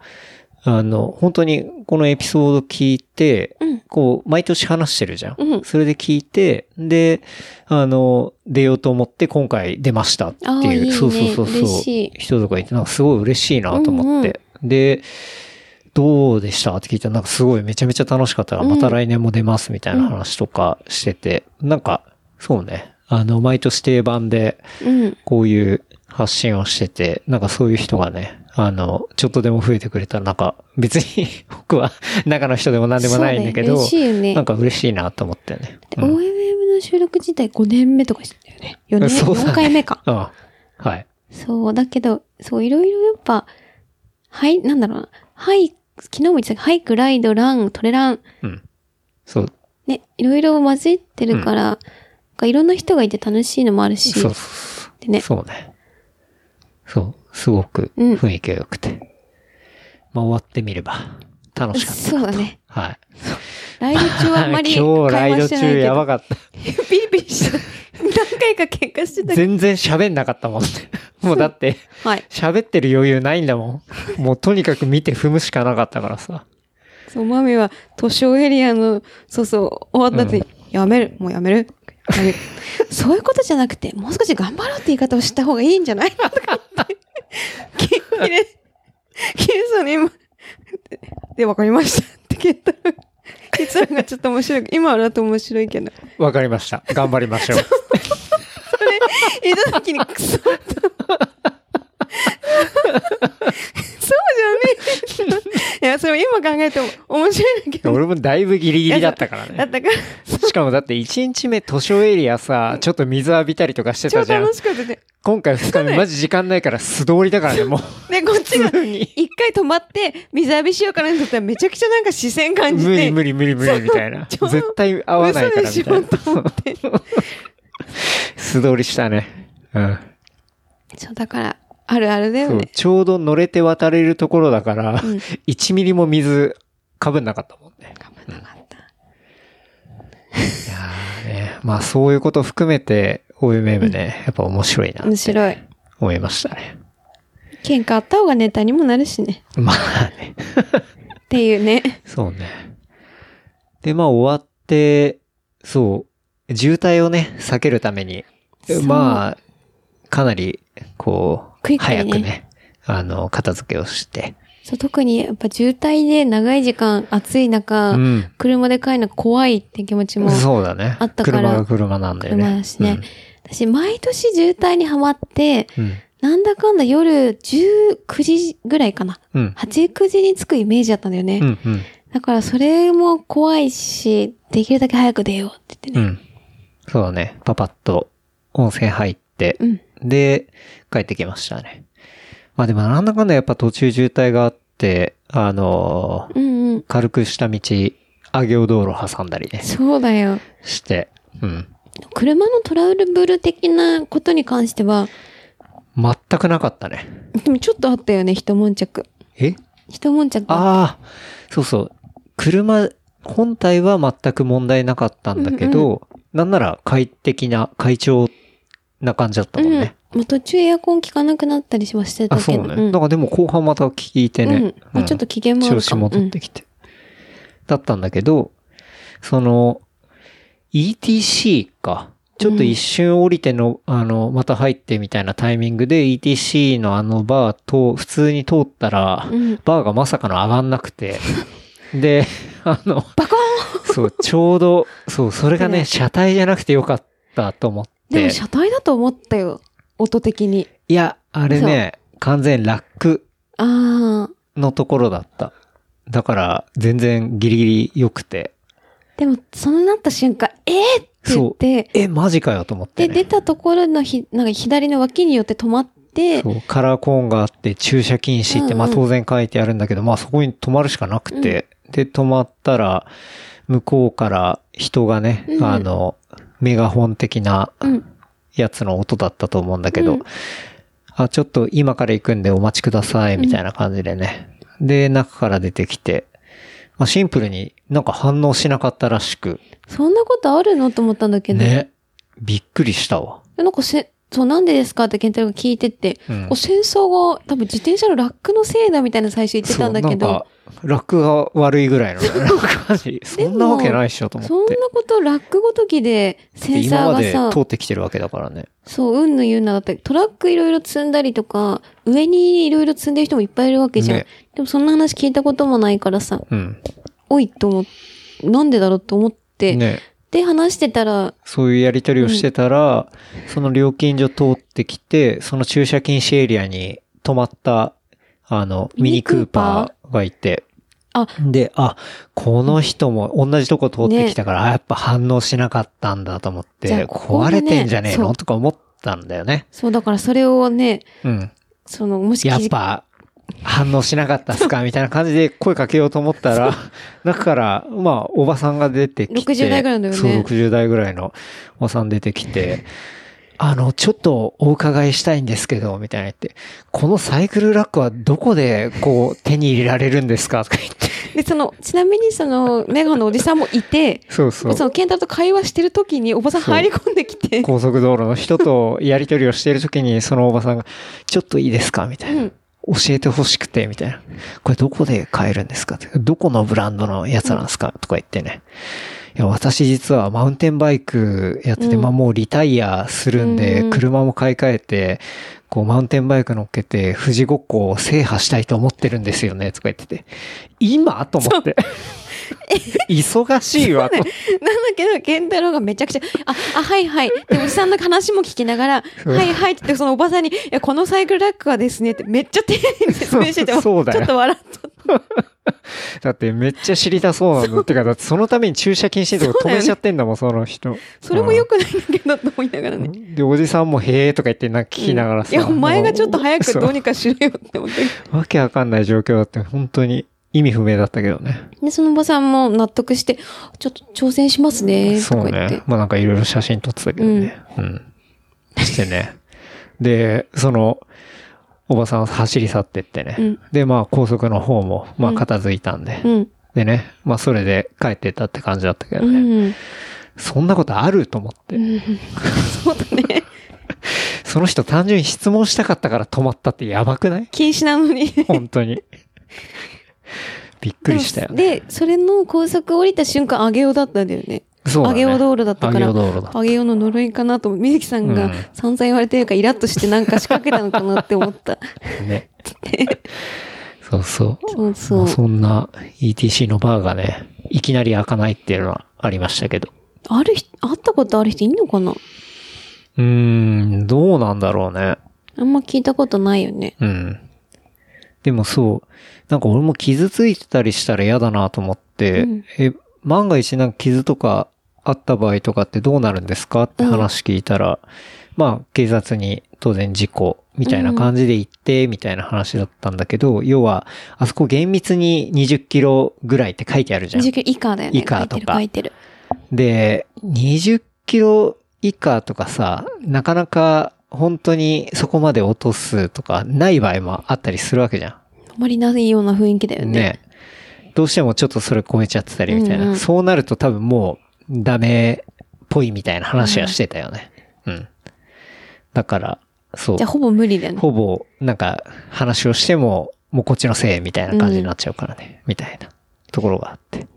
あの、本当にこのエピソード聞いて、
うん
こう、毎年話してるじゃん。
うん
それで聞いて、で、あの、出ようと思って今回出ましたって
あーい
い、
いうね
そうそうそうそう、
嬉しい
人とかいて、なんかすごい嬉しいなと思って。で、どうでしたって聞いたら、なんかすごいめちゃめちゃ楽しかったから、
うん
また来年も出ますみたいな話とかしてて、なんか、そうね、あの、毎年定番で、
うん。
こういう発信をしてて、なんかそういう人がね、あの、ちょっとでも増えてくれたら、なんか別に [laughs] 僕は中の人でも何でもないんだけど、
そうだよ嬉しいよね
なんか嬉しいなと思ってね。
で、
うん
OMM の収録自体5年目とかしてたよね。4年、
そうだね
4回目か。
うん。はい。
そう、だけど、そう、いろいろやっぱ、はい、なんだろうな。はい、昨日も言ってたけど、ハイク、ライド、ラン、トレラン、
うん。そう、
ね、いろいろ混じってるから、なんかいろんな人がいて楽しいのもあるし、
そうそ
でね
う。、そうね。そう。すごく
うん
雰囲気が良くて。まあ終わってみれば楽しかった。
そうだね。
はい。
ライド中はあんま
[laughs]
り
今日ラ
会
イ
話
ド
してない
中
け
やば
ど、
かった。
[laughs] ピリピリしてた。何回か喧嘩してたけ
全然喋んなかったもんね。もうだって。
ど。はい。
喋ってる余裕ないんだもん。もうとにかく見て踏むしかなかったからさ。
そう、マミは、図書エリアの、そうそう、終わった後に、やめる、もうやめる。やめるそういうことじゃなくて、もう少し頑張ろうって言い方をした方がいいんじゃな
[laughs]
いとか言って。キレ、キレそうに今、で、わかりましたって聞いたら、結論がちょっと [laughs] 面白い。今はだと面白いけど。
わかりました。頑張りましょう。
言った時にクソって。そうじゃねえ。いや、それ今考えても面白いんだけど。
俺もだいぶギリギリだったから
だっ
ね。
たから。
しかもだって1日目図書エリアさ、ちょっと水浴びたりとかして
超
たじゃん
楽。しかったね。
今回2日目マジ時間ないから素通りだからね、もう。
で、こっちが
普通に
一回止まって水浴びしようかなと思ったらめちゃくちゃなんか視線感じて。
無理無理無理無理みたいな。
そう
絶対合わないからみたいな
嘘でしょ。と思って。
素通りしたね。うん。
そう、だから、あるあるだよ
そう
ね。
ちょうど乗れて渡れるところだから、
うん
1ミリも水かぶんなかったもんね。
頑張んなかった。
いやーね、まあそういうこと含めて OMM ね、やっぱ面白いな
面白い。
思いましたね。
喧嘩あった方がネタにもなるしね。
まあね、
っていうね。
そうね。で、まあ終わって、そう、渋滞をね、避けるために
そう、
まあ、かなり、こ
クイ
う、
ックにね
早くね、あの、片付けをして。
そう、特にやっぱ渋滞で長い時間暑い中、
うん。
車で帰るの怖いって気持ちも。
そうだね。
あったから
車が車なんだよね。
車だしね。私、毎年渋滞にはまって、
うん。うん。
なんだかんだ夜19時ぐらいかな。
うん。
8、9時に着くイメージだったんだよね。
うん。うん。
だからそれも怖いし、できるだけ早く出ようって言って
うん。
ね。
そうだね。パパッと温泉入って、
うん
で、帰ってきましたね。まあでもなんだかんだやっぱ途中渋滞があって、あのー
うんうん。
軽くした道、上行道路挟んだりね、
そうだよ。
して、うん。
車のトラブル的なことに関しては、
全くなかったね。
でもちょっとあったよね、一悶着。
え
一悶着。
ああ、そうそう。車本体は全く問題なかったんだけど、なんなら快適な、快調な感じだった
う
も
ん。
ん
も
ね。
う途中エアコン効かなくなったりしましてた
あ、そ
け
う
ど。
ね。
ん
だからでも後半また聞いてね。
うんまあ
うん
ちょっと機嫌もあるか
調子戻ってきて。だったんだけど、その、ETC か。ちょっと一瞬降りての、あの、また入ってみたいなタイミングで ETC のあのバーと、普通に通ったら、
うん
バーがまさかの上がんなく
[laughs]
て、で、あの、
バコー
そう、ちょうど、そう、それが
ね
ね、車体じゃなくてよかったと思っ
ンでも
て。
車体だと思ったよ。音的に。
いや、あれね、完全ラック
ああ。
のところだった。だから、全然ギリギリ良くて。
でも、そのなった瞬間、ええって言って、
え、マジかよと思って、
で、
ね。
出たところのひ、なんか左の脇によって止まって、
そう、カラーコーンがあって、駐車禁止って、まあ
うんうん
当然書いてあるんだけど、まあそこに止まるしかなくて、で、止まったら、向こうから人がね、
うん
あの、メガホン的な
うん
やつの音だったと思うんだけど、
うん
あ、ちょっと今から行くんでお待ちください、みたいな感じでね。で、中から出てきて、まあシンプルになんか反応しなかったらしく、
そんなことあるのと思ったんだけど、
ね、びっくりしたわ。
なんかせ、そう、なんでですかって健太郎が聞いてって、
うん
お戦争が多分自転車のラックのせいだみたいな最初言ってたんだけど、
そうなんか、楽が悪いぐらいのね、なんかマ
[laughs]
ジそんなわけないっしょと
そ
思
ん
っ
な
て。
ことラックごときでセン
今
サ
ま
ー
で
が
通
さ、
ってきてるわけだからね。
そう、うんの言うなだって、トラックいろいろ積んだりとか、上にいろいろ積んでる人もいっぱいいるわけじゃん。
ね
でもそんな話聞いたこともないからさ、
うん。
おいと思っなんでだろうと思って、
ね。
で話してたら、
そういうやり取りをしてたら、その料金所通ってきて、その駐車禁止エリアに止まった、あの、
ミ
ミ
ニ
ニ
ク
ク
ー
ー
パ
パーがいて、
あ、
で、あ、この人も同じとこ通ってきたから、あやっぱ反応しなかったんだと思っ
じゃあ
て、
ここが
壊
ね
れてんじゃねえ
そ
の
う
とか思ったんだよね。
そうだからそれをね、
うん。
その、もし
やっ
気づ
ぱ、反応しなかったっすかみたいな感じで声かけようと思ったら、中から、まあ、おばさんが出てきて。
60代ぐらいのよね
そう、60代ぐらいのおばさん出てきて、あの、ちょっとお伺いしたいんですけど、みたいな言って、このサイクルラックはどこで、こう、手に入れられるんですかとか言って。
で、その、ちなみにその、メガのおじさんもいて、
そうそ。
そうの、ケンタと会話してる時に、おばさん入り込んできて、 [laughs]
高速道路の人とやり取りをしている時に、そのおばさんが、ちょっといいですかみたいな。
うん
教えてほしくて、みたいな。これどこで買えるんですかってどこのブランドのやつなんですかとか言ってね。いや、私実はマウンテンバイクやってて、
うん
まあもうリタイアするん
うんう
で
ん、
車も買い替えて、こうマウンテンバイク乗っけて、富士五湖を制覇したいと思ってるんですよね、とか言ってて。今と思って。 [laughs] 忙しいわ、と。
なんだけど、ケンタロウがめちゃくちゃ、あ、あ、はいはい。で、おじさんの話も聞きながら、はいはいって言って、そのおばさんに、いや、このサイクルラックはですね、ってめっちゃ丁寧に説明してて、
[laughs] そうだ
ち
よ
ょっと笑っちゃっ
だってめっちゃ知りたそうなんだってか、だってそのために駐車禁止とか止めちゃってんだもん、その人。
た。それも良くないんだけど、と思いながらね。
で、おじさんもへえとか言ってなんか聞きながらさ。
いや、お前がちょっと早く
そう
どうにかしろよって思って。
わけわかんない状況だって、本当に意味不明だったけどね。
で、そのおばさんも納得して、ちょっと挑戦しますね、と
そう
か言って
ね。。まあなんかいろいろ写真撮ってたけどね。うん。してね。で、その、おばさんは走り去ってってね。
うん
で、まあ高速の方も、ま
う
あ
ん
片付いたんで。
うん。
でね、まあそれで帰ってったって感じだったけど
う
ね。
ん。
そんなことあると思って。
うん
[laughs]
そうだね。
その人単純に質問したかったから止まったってやばくない
禁止なのに。
[laughs] 本当に。びっくりしたよね。
で、それの高速降りた瞬間、上げおだったんだよね。
そうだね。
上尾道路だったから
上尾道路だ。
上げおの呪いかなと思う、みずきさん
う
が
ん
散々言われてるからイラッとしてなんか仕掛けたのかなって思った。
ね。そう [laughs] そう。
そう
ま
そ
あ
う。
そんな ETC のバーがね、いきなり開かないっていうのはありましたけど。
ある人、会ったことある人いんのかな
うーん、どうなんだろうね。
あんま聞いたことないよね。
うん。でもそう、なんか俺も傷ついてたりしたら嫌だなと思って、
うん
え、万が一なんか傷とかあった場合とかってどうなるんですかって話聞いたら、まあ警察に当然事故みたいな感じで行って、みたいな話だったんだけど、要は、あそこ厳密に20キロぐらいって書いてあるじゃん
20。キロ以下だよね。
以下とか
書いてる
で、20キロ以下とかさ、なかなか本当にそこまで落とすとかない場合もあったりするわけじゃ
書いてる。あまりないような雰囲気だよ
ん。
ね。
ね。どうしてもちょっとそれ超えちゃってたりみたいな。
うんうん
そうなると多分もうダメっぽいみたいな話はしてたよね。うん。だから、そう
じゃあ。ほぼ無理だよね。
ほぼ、なんか話をしても、もうこっちのせいみたいな感じになっちゃうからね。みたいなところがあって。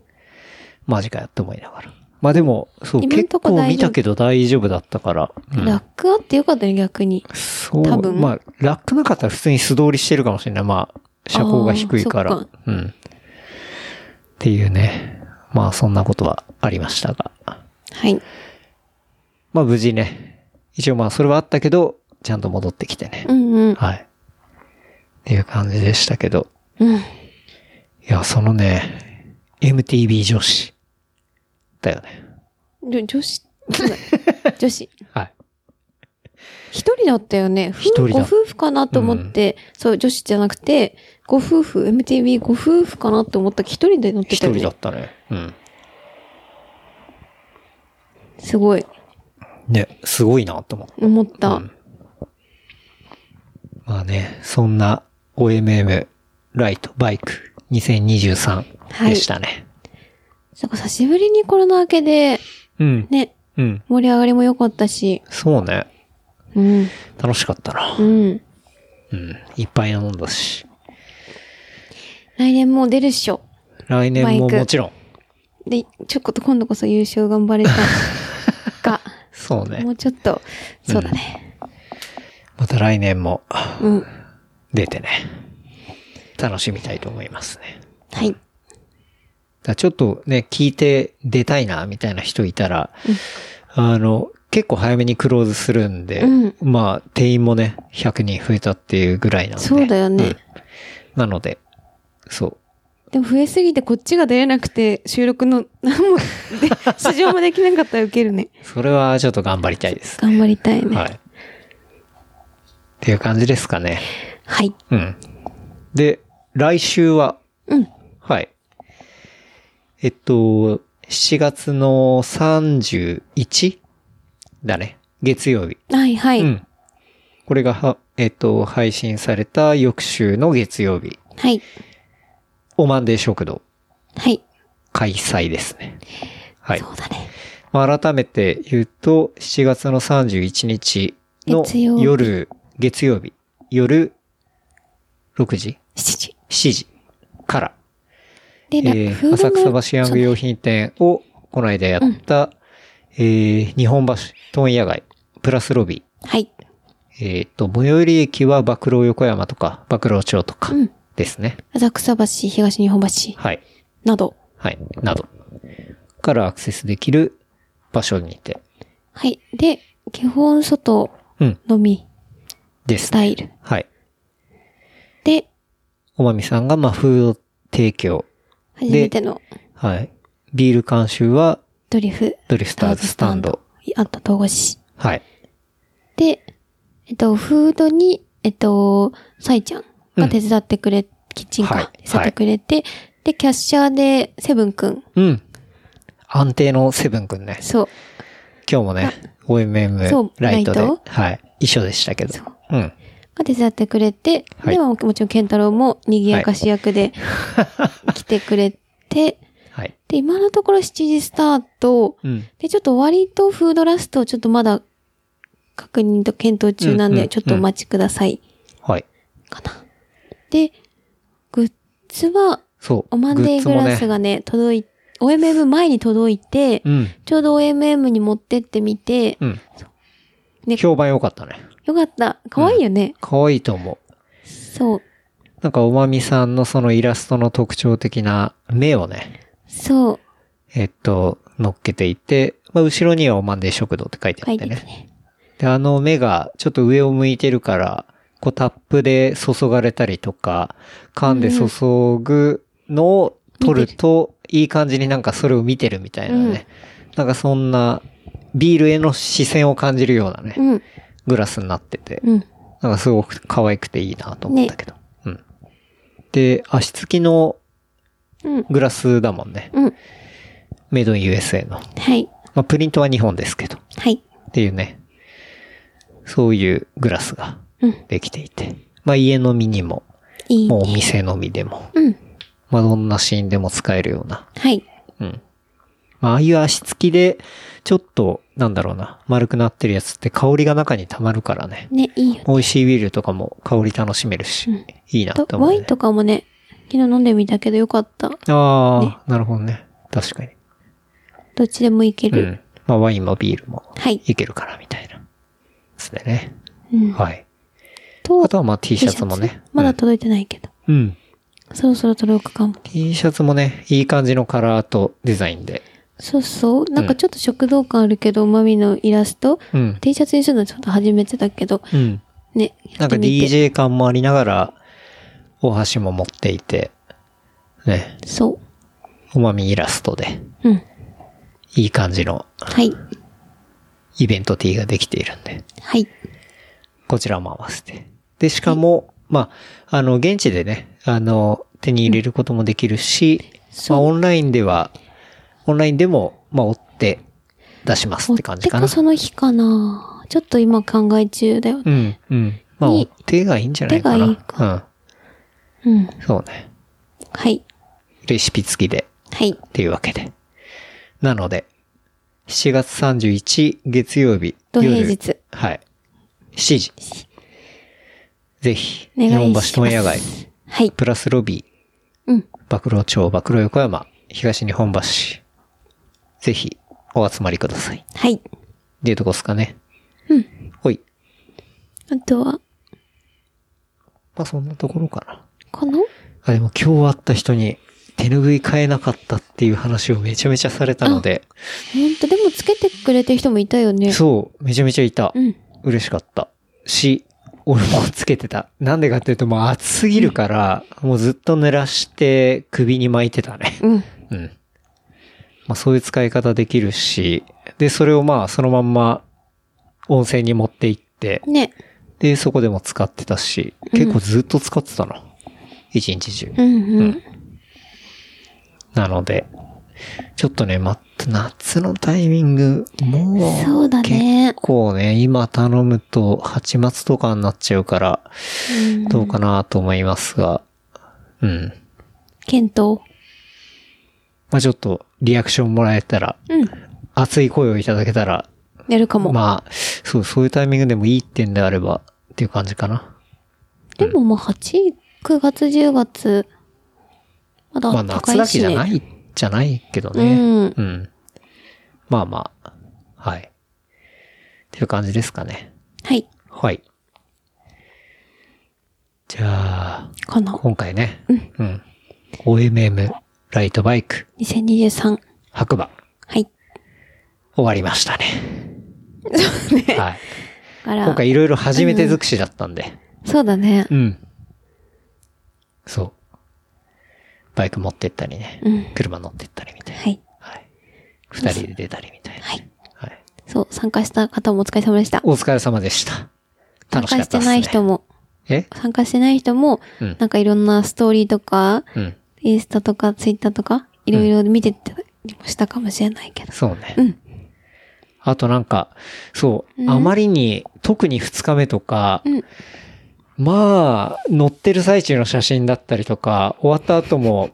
マジかよって思いながら。まあでも、そう、
今ん
結
とこ
構
大丈夫
見たけど大丈夫だったから。うん
ラックあってよかったね、逆に。
そう。
多分
まあ、ラックなかったら普通に素通りしてるかもしれない。まあ、車高が低いから。
あーそっ
うん。っていうね。まあ、そんなことはありましたが。
はい。
まあ、無事ね。一応まあ、それはあったけど、ちゃんと戻ってきてね。
うんうん。
はい。っていう感じでしたけど。 [laughs]
うん。
いや、そのね、MTV 女子。だよね。
女女子、女子。
はい。
一人だったよね。夫
一人だ
ご夫婦かなと思って、そう、女子じゃなくて、ご夫婦、MTV ご夫婦かなと思ったら一人で乗って
一
たよ
人だ
ね
っ。たね。うん。
すごい、
ね、すごいなと思って。
思った。
まあね、そんな OMM ライトバイク2023でしたね。
なんか久しぶりにコロナ明けで、
うん。
ね、
うん。
盛り上がりも良かったし、
そうね。
うん。
楽しかったな
う。ん。
うん。いっぱい飲んだし。
来年もう出るっしょ。
来年ももちろん。
で、ちょっと今度こそ優勝頑
[laughs]
張れたが、
そうね
も。うちょっと、そうだね。
また来年も
うん。
出てね。楽しみたいと思いますね。
はい。
だからちょっとね、聞いて出たいな、みたいな人いたら、あの、結構早めにクローズするんで、
うん
まあ、定員もね、100人増えたっていうぐらいなんで。
そうだよね
んなので、そう。
でも増えすぎてこっちが出れなくて収録の何
[laughs]
も、で出場もできなかったら受けるね。
それはちょっと頑張りたいです。
頑張りたいね。
はい。っていう感じですかね。
はい。
うん。で、来週は、
うん
はい。えっと、7月の 31? だね。月曜日。
はいはい。
うん。これがは、えっと、配信された翌週の月曜日、
はい。
オマンデー食堂
はい。
開催ですね。はい。
そうだね。
まあ、改めて言うと、7月の31日の
月曜日
夜、月曜日、夜6時
7時。
?7 時から、
で、
え
ラ
ー
フード
浅
の
草橋ヤング用品店を、この間やった、えー日本橋、問屋街、プラスロビー、
はい。
えっ、と、最寄り駅は曝露横山とか、曝露町とか
うん
ですね。
浅草橋、東日本橋
はい。
など。
はい。など。からアクセスできる場所にて。
はい。で、基本外
うん。
のみ
で
ス
す。
タイル。
はい。
で、
おまみさんが、まあ、フード提供。
初めての
はい。ビール監修は、
ドリフ、
ドリフターズスタンド。。
あった東郷市。
はい。
で、えっと、フードに、えっと、サイちゃんが手伝ってくれ、キッチンカー、
はい
手伝ってくれて、で、キャッシャーで、セブンくん。
うん。安定のセブンくんね。
そう。
今日もね、
そ
OMM
う
ライトで。
ライ
はい。一緒でしたけど。うん。
が手伝ってくれて、
はい
ではもちろん健太郎も賑やかし役で、来てくれて、
はい。
で、今のところ7時スタート、
うん。
で、ちょっと割とフードラストをちょっとまだ確認と検討中なん
うんう
で、
ん
ちょっとお待ちください。
はい。
かな。で、グッズは、
そう。
オマンデーグラスがね、届い、OMM 前に届いて、
グッズもね。
ちょうど OMM に持ってってみて、
うん。うん。
ね
評判良かったね。
よかった。可愛いよね。
可愛いと思う。
そう。
なんか、おまみさんのそのイラストの特徴的な目をね、
そう。
えっと、乗っけていて、まあ、後ろにはおまんで食堂って書いてあ
書
っ
い
て
てて
ね。
ね。
で、あの目がちょっと上を向いてるから、こうタップで注がれたりとか、噛んで注ぐのを取ると、いい感じになんかそれを見てるみたいなね。なんかそんな、ビールへの視線を感じるようなね、
うん。
グラスになってて。
うん。
なんかすごく可愛くていいなと思ったけど。うん。で、足つきの
うん。
グラスだもんね。
うん。
メイドイン USA の。
はい。
まあ、プリントは日本ですけど。っ
はい。
ていうね。そういうグラスが
うん。
できていて。まあ、家飲みにも、
いい
もうお
ね。
店飲みでも、
うん。
まあ、どんなシーンでも使えるような。
はい。
うん。まあ、ああいう足つきで、ちょっと、なんだろうな、丸くなってるやつって香りが中に溜まるからね。
ね、いいよ。
美味しいビールとかも香り楽しめるし、
うん
いいな
と
と思う、
ワ
ね。
インとかもね、昨日飲んでみたけどよかった。
ああ、なるほどね。確かに。
どっちでもいけ
う
る。
ん。まあ、ワインもビールも
はい。
いけるから、みたいな。ですね。
うん。
はい。
と
あとは、まあ、T シャツも
T シ
ね
ャ。ツまだ届いてないけど。
うん。うん。
そろそろ届くかも。
T シャツもね、いい感じのカラーとデザインで。
そうそう。なんかちょっと食堂感あるけど、マミのイラスト。
うん。
T シャツにするのちょっと初めてだけど、
うん。
ね。
なんか
やってみて
DJ 感もありながら、お箸も持っていて、ね、
そ
おまみイラストで、
う。うん。
いい感じの
はい。
イベント T ができているんで。
はい。
こちらも合わせて。で、しかも、まあ、あの、現地でね、あの、手に入れることもできるし、まあ、オンラインでは、オンラインでも、まあ、追って出しますって感じか
追
な
っ手。その日かなちょっと今考え中だよ
う。ん、うん。まあ、追
に
ってがいいんじゃないかな。
追っ手がいいうん。
うん、そうね。
はい。
レシピ付きで、
はい。
っていうわけで。なので、7月31月曜日。
土
夜
平日。
はい。 7時。ぜひ、
お願
日
いします
本橋問屋街、
はい。
プラスロビー、
うん
暴露町、暴露横山、東日本橋、ぜひ、お集まりください。っ
はい。
ていうとこですかね。うん。ほい。
あとは、
まあ、そんなところかな。
この
あ、でも今日会った人に手拭い買えなかったっていう話をめちゃめちゃされたので、
ほんと、でもつけてくれてる人もいたよね。
そう、めちゃめちゃいた。
うん。
嬉しかった。し、俺もつけてた。なんでかっていうともう暑すぎるから、もうずっと濡らして首に巻いてたね。
うん。
うん。まあそういう使い方できるし、で、それをまあそのまんま温泉に持って行って、
ね。
で、そこでも使ってたし、結構ずっと使ってたな。一日中。
うんうん。
なので、ちょっとね、ま、夏のタイミング、もう、
そうだね
結構ね、今頼むと8月とかになっちゃうから、どうかなと思いますが、うん。
検討。
まあちょっと、リアクションもらえたら、
うん。
熱い声をいただけたら、
やるかも。
まあ、そう、そういうタイミングでもいい点であれば、っていう感じかな。
でもまあ、8、9月、10月、まだ
まあ
暖
夏
か
だ
い
け
し、
じゃ
ね。
ない、じゃないけどね。
うん。
うん。まあまあ、はい。っていう感じですかね。
はい。
はい。じゃあ、
かな。
今回ね。うん。OMM、ライトバイク、
2023。
白馬、
はい。
終わりましたね。はい。
から、
今回いろいろ初めて尽くしだったんで。
そうだね。
うん。そう。バイク持ってったりね。
うん
車乗ってったりみたいな。
はい。
はい。二人で出たりみたいな。
はい。
はい。
そう、参加した方もお疲れ様でした。
お疲れ様でした。
参
楽しか
加
っ
したて
っす
な
ね。
い人も、
え
参加してない人も、
うん
なんかいろんなストーリーとか、
うん。
インスタとかツイッターとか、いろいろ見てたりもしたかもしれない
[laughs]
けど。
そうね。
うん
あとなんか、そう、
うん
あまりに、特に2日目とか、
うん
まあ、乗ってる最中の写真だったりとか、終わった後も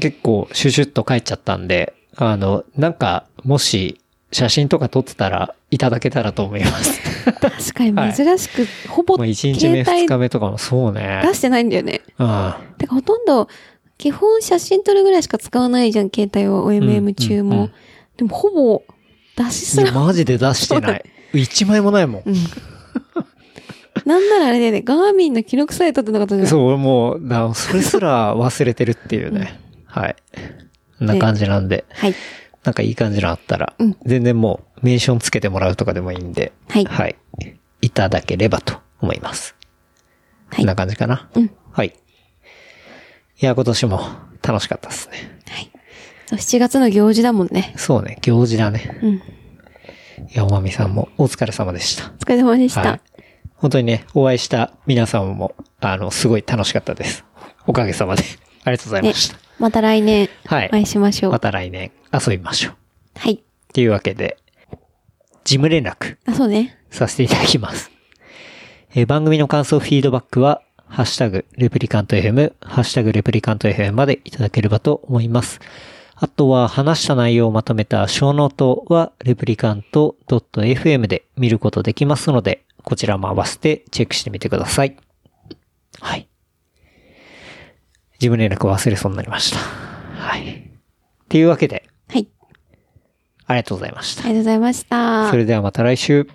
結構シュシュッと帰っちゃったんで、あの、なんか、もし、写真とか撮ってたら、いただけたらと思います。
[laughs] 確か
は
に
い
珍しく、ほぼ
もう
携
1
帯
日目、
出
2日目とかもそうね。
してないんだよね。
うん。
だからほとんど、基本写真撮るぐらいしか使わないじゃん、携帯は
うん
OMM 中も。
うんうん
でもほぼ、出し
い
す
や、
ら、
マジで出してない。1枚もないもん。
[laughs] なんならあれだよね、ガーミンの記録さえ撮ってなかったじゃん。
そう、俺もう、だそれすら忘れてるっていうね。はい。こんな感じなんで、
はい。
なんかいい感じのあったら、
うん
全然もう、メンションつけてもらうとかでもいいんで、
はい
はい。いただければと思います。
はい
こんな感じかな。
うん
はい。いや、今年も楽しかったですね。
そう7月の行事だもんね。
そうね、行事だね。
うん。
いや、おまみさんもお疲れ様でした。
お疲れ様でした。
はい。本当にね、お会いした皆さんも、あの、すごい楽しかったです。おかげさまで。ありがとうございま
ね
した。
また来年、
はい
お会いしましょう。
また来年遊びましょう。
はい。
っていうわけで、事務連絡
あ、そうね。
させていただきます。えー番組の感想、フィードバックは、ハッシュタグ、レプリカント FM、ハッシュタグ、レプリカント FM までいただければと思います。あとは、話した内容をまとめた小ノートは、レプリカント .fm で見ることできますので、こちらも合わせてチェックしてみてください。はい。事務連絡を忘れそうになりました。はい。っていうわけで、
はい。
ありがとうございまし
あ
た
りが。とうございました
そ。れではまた来週。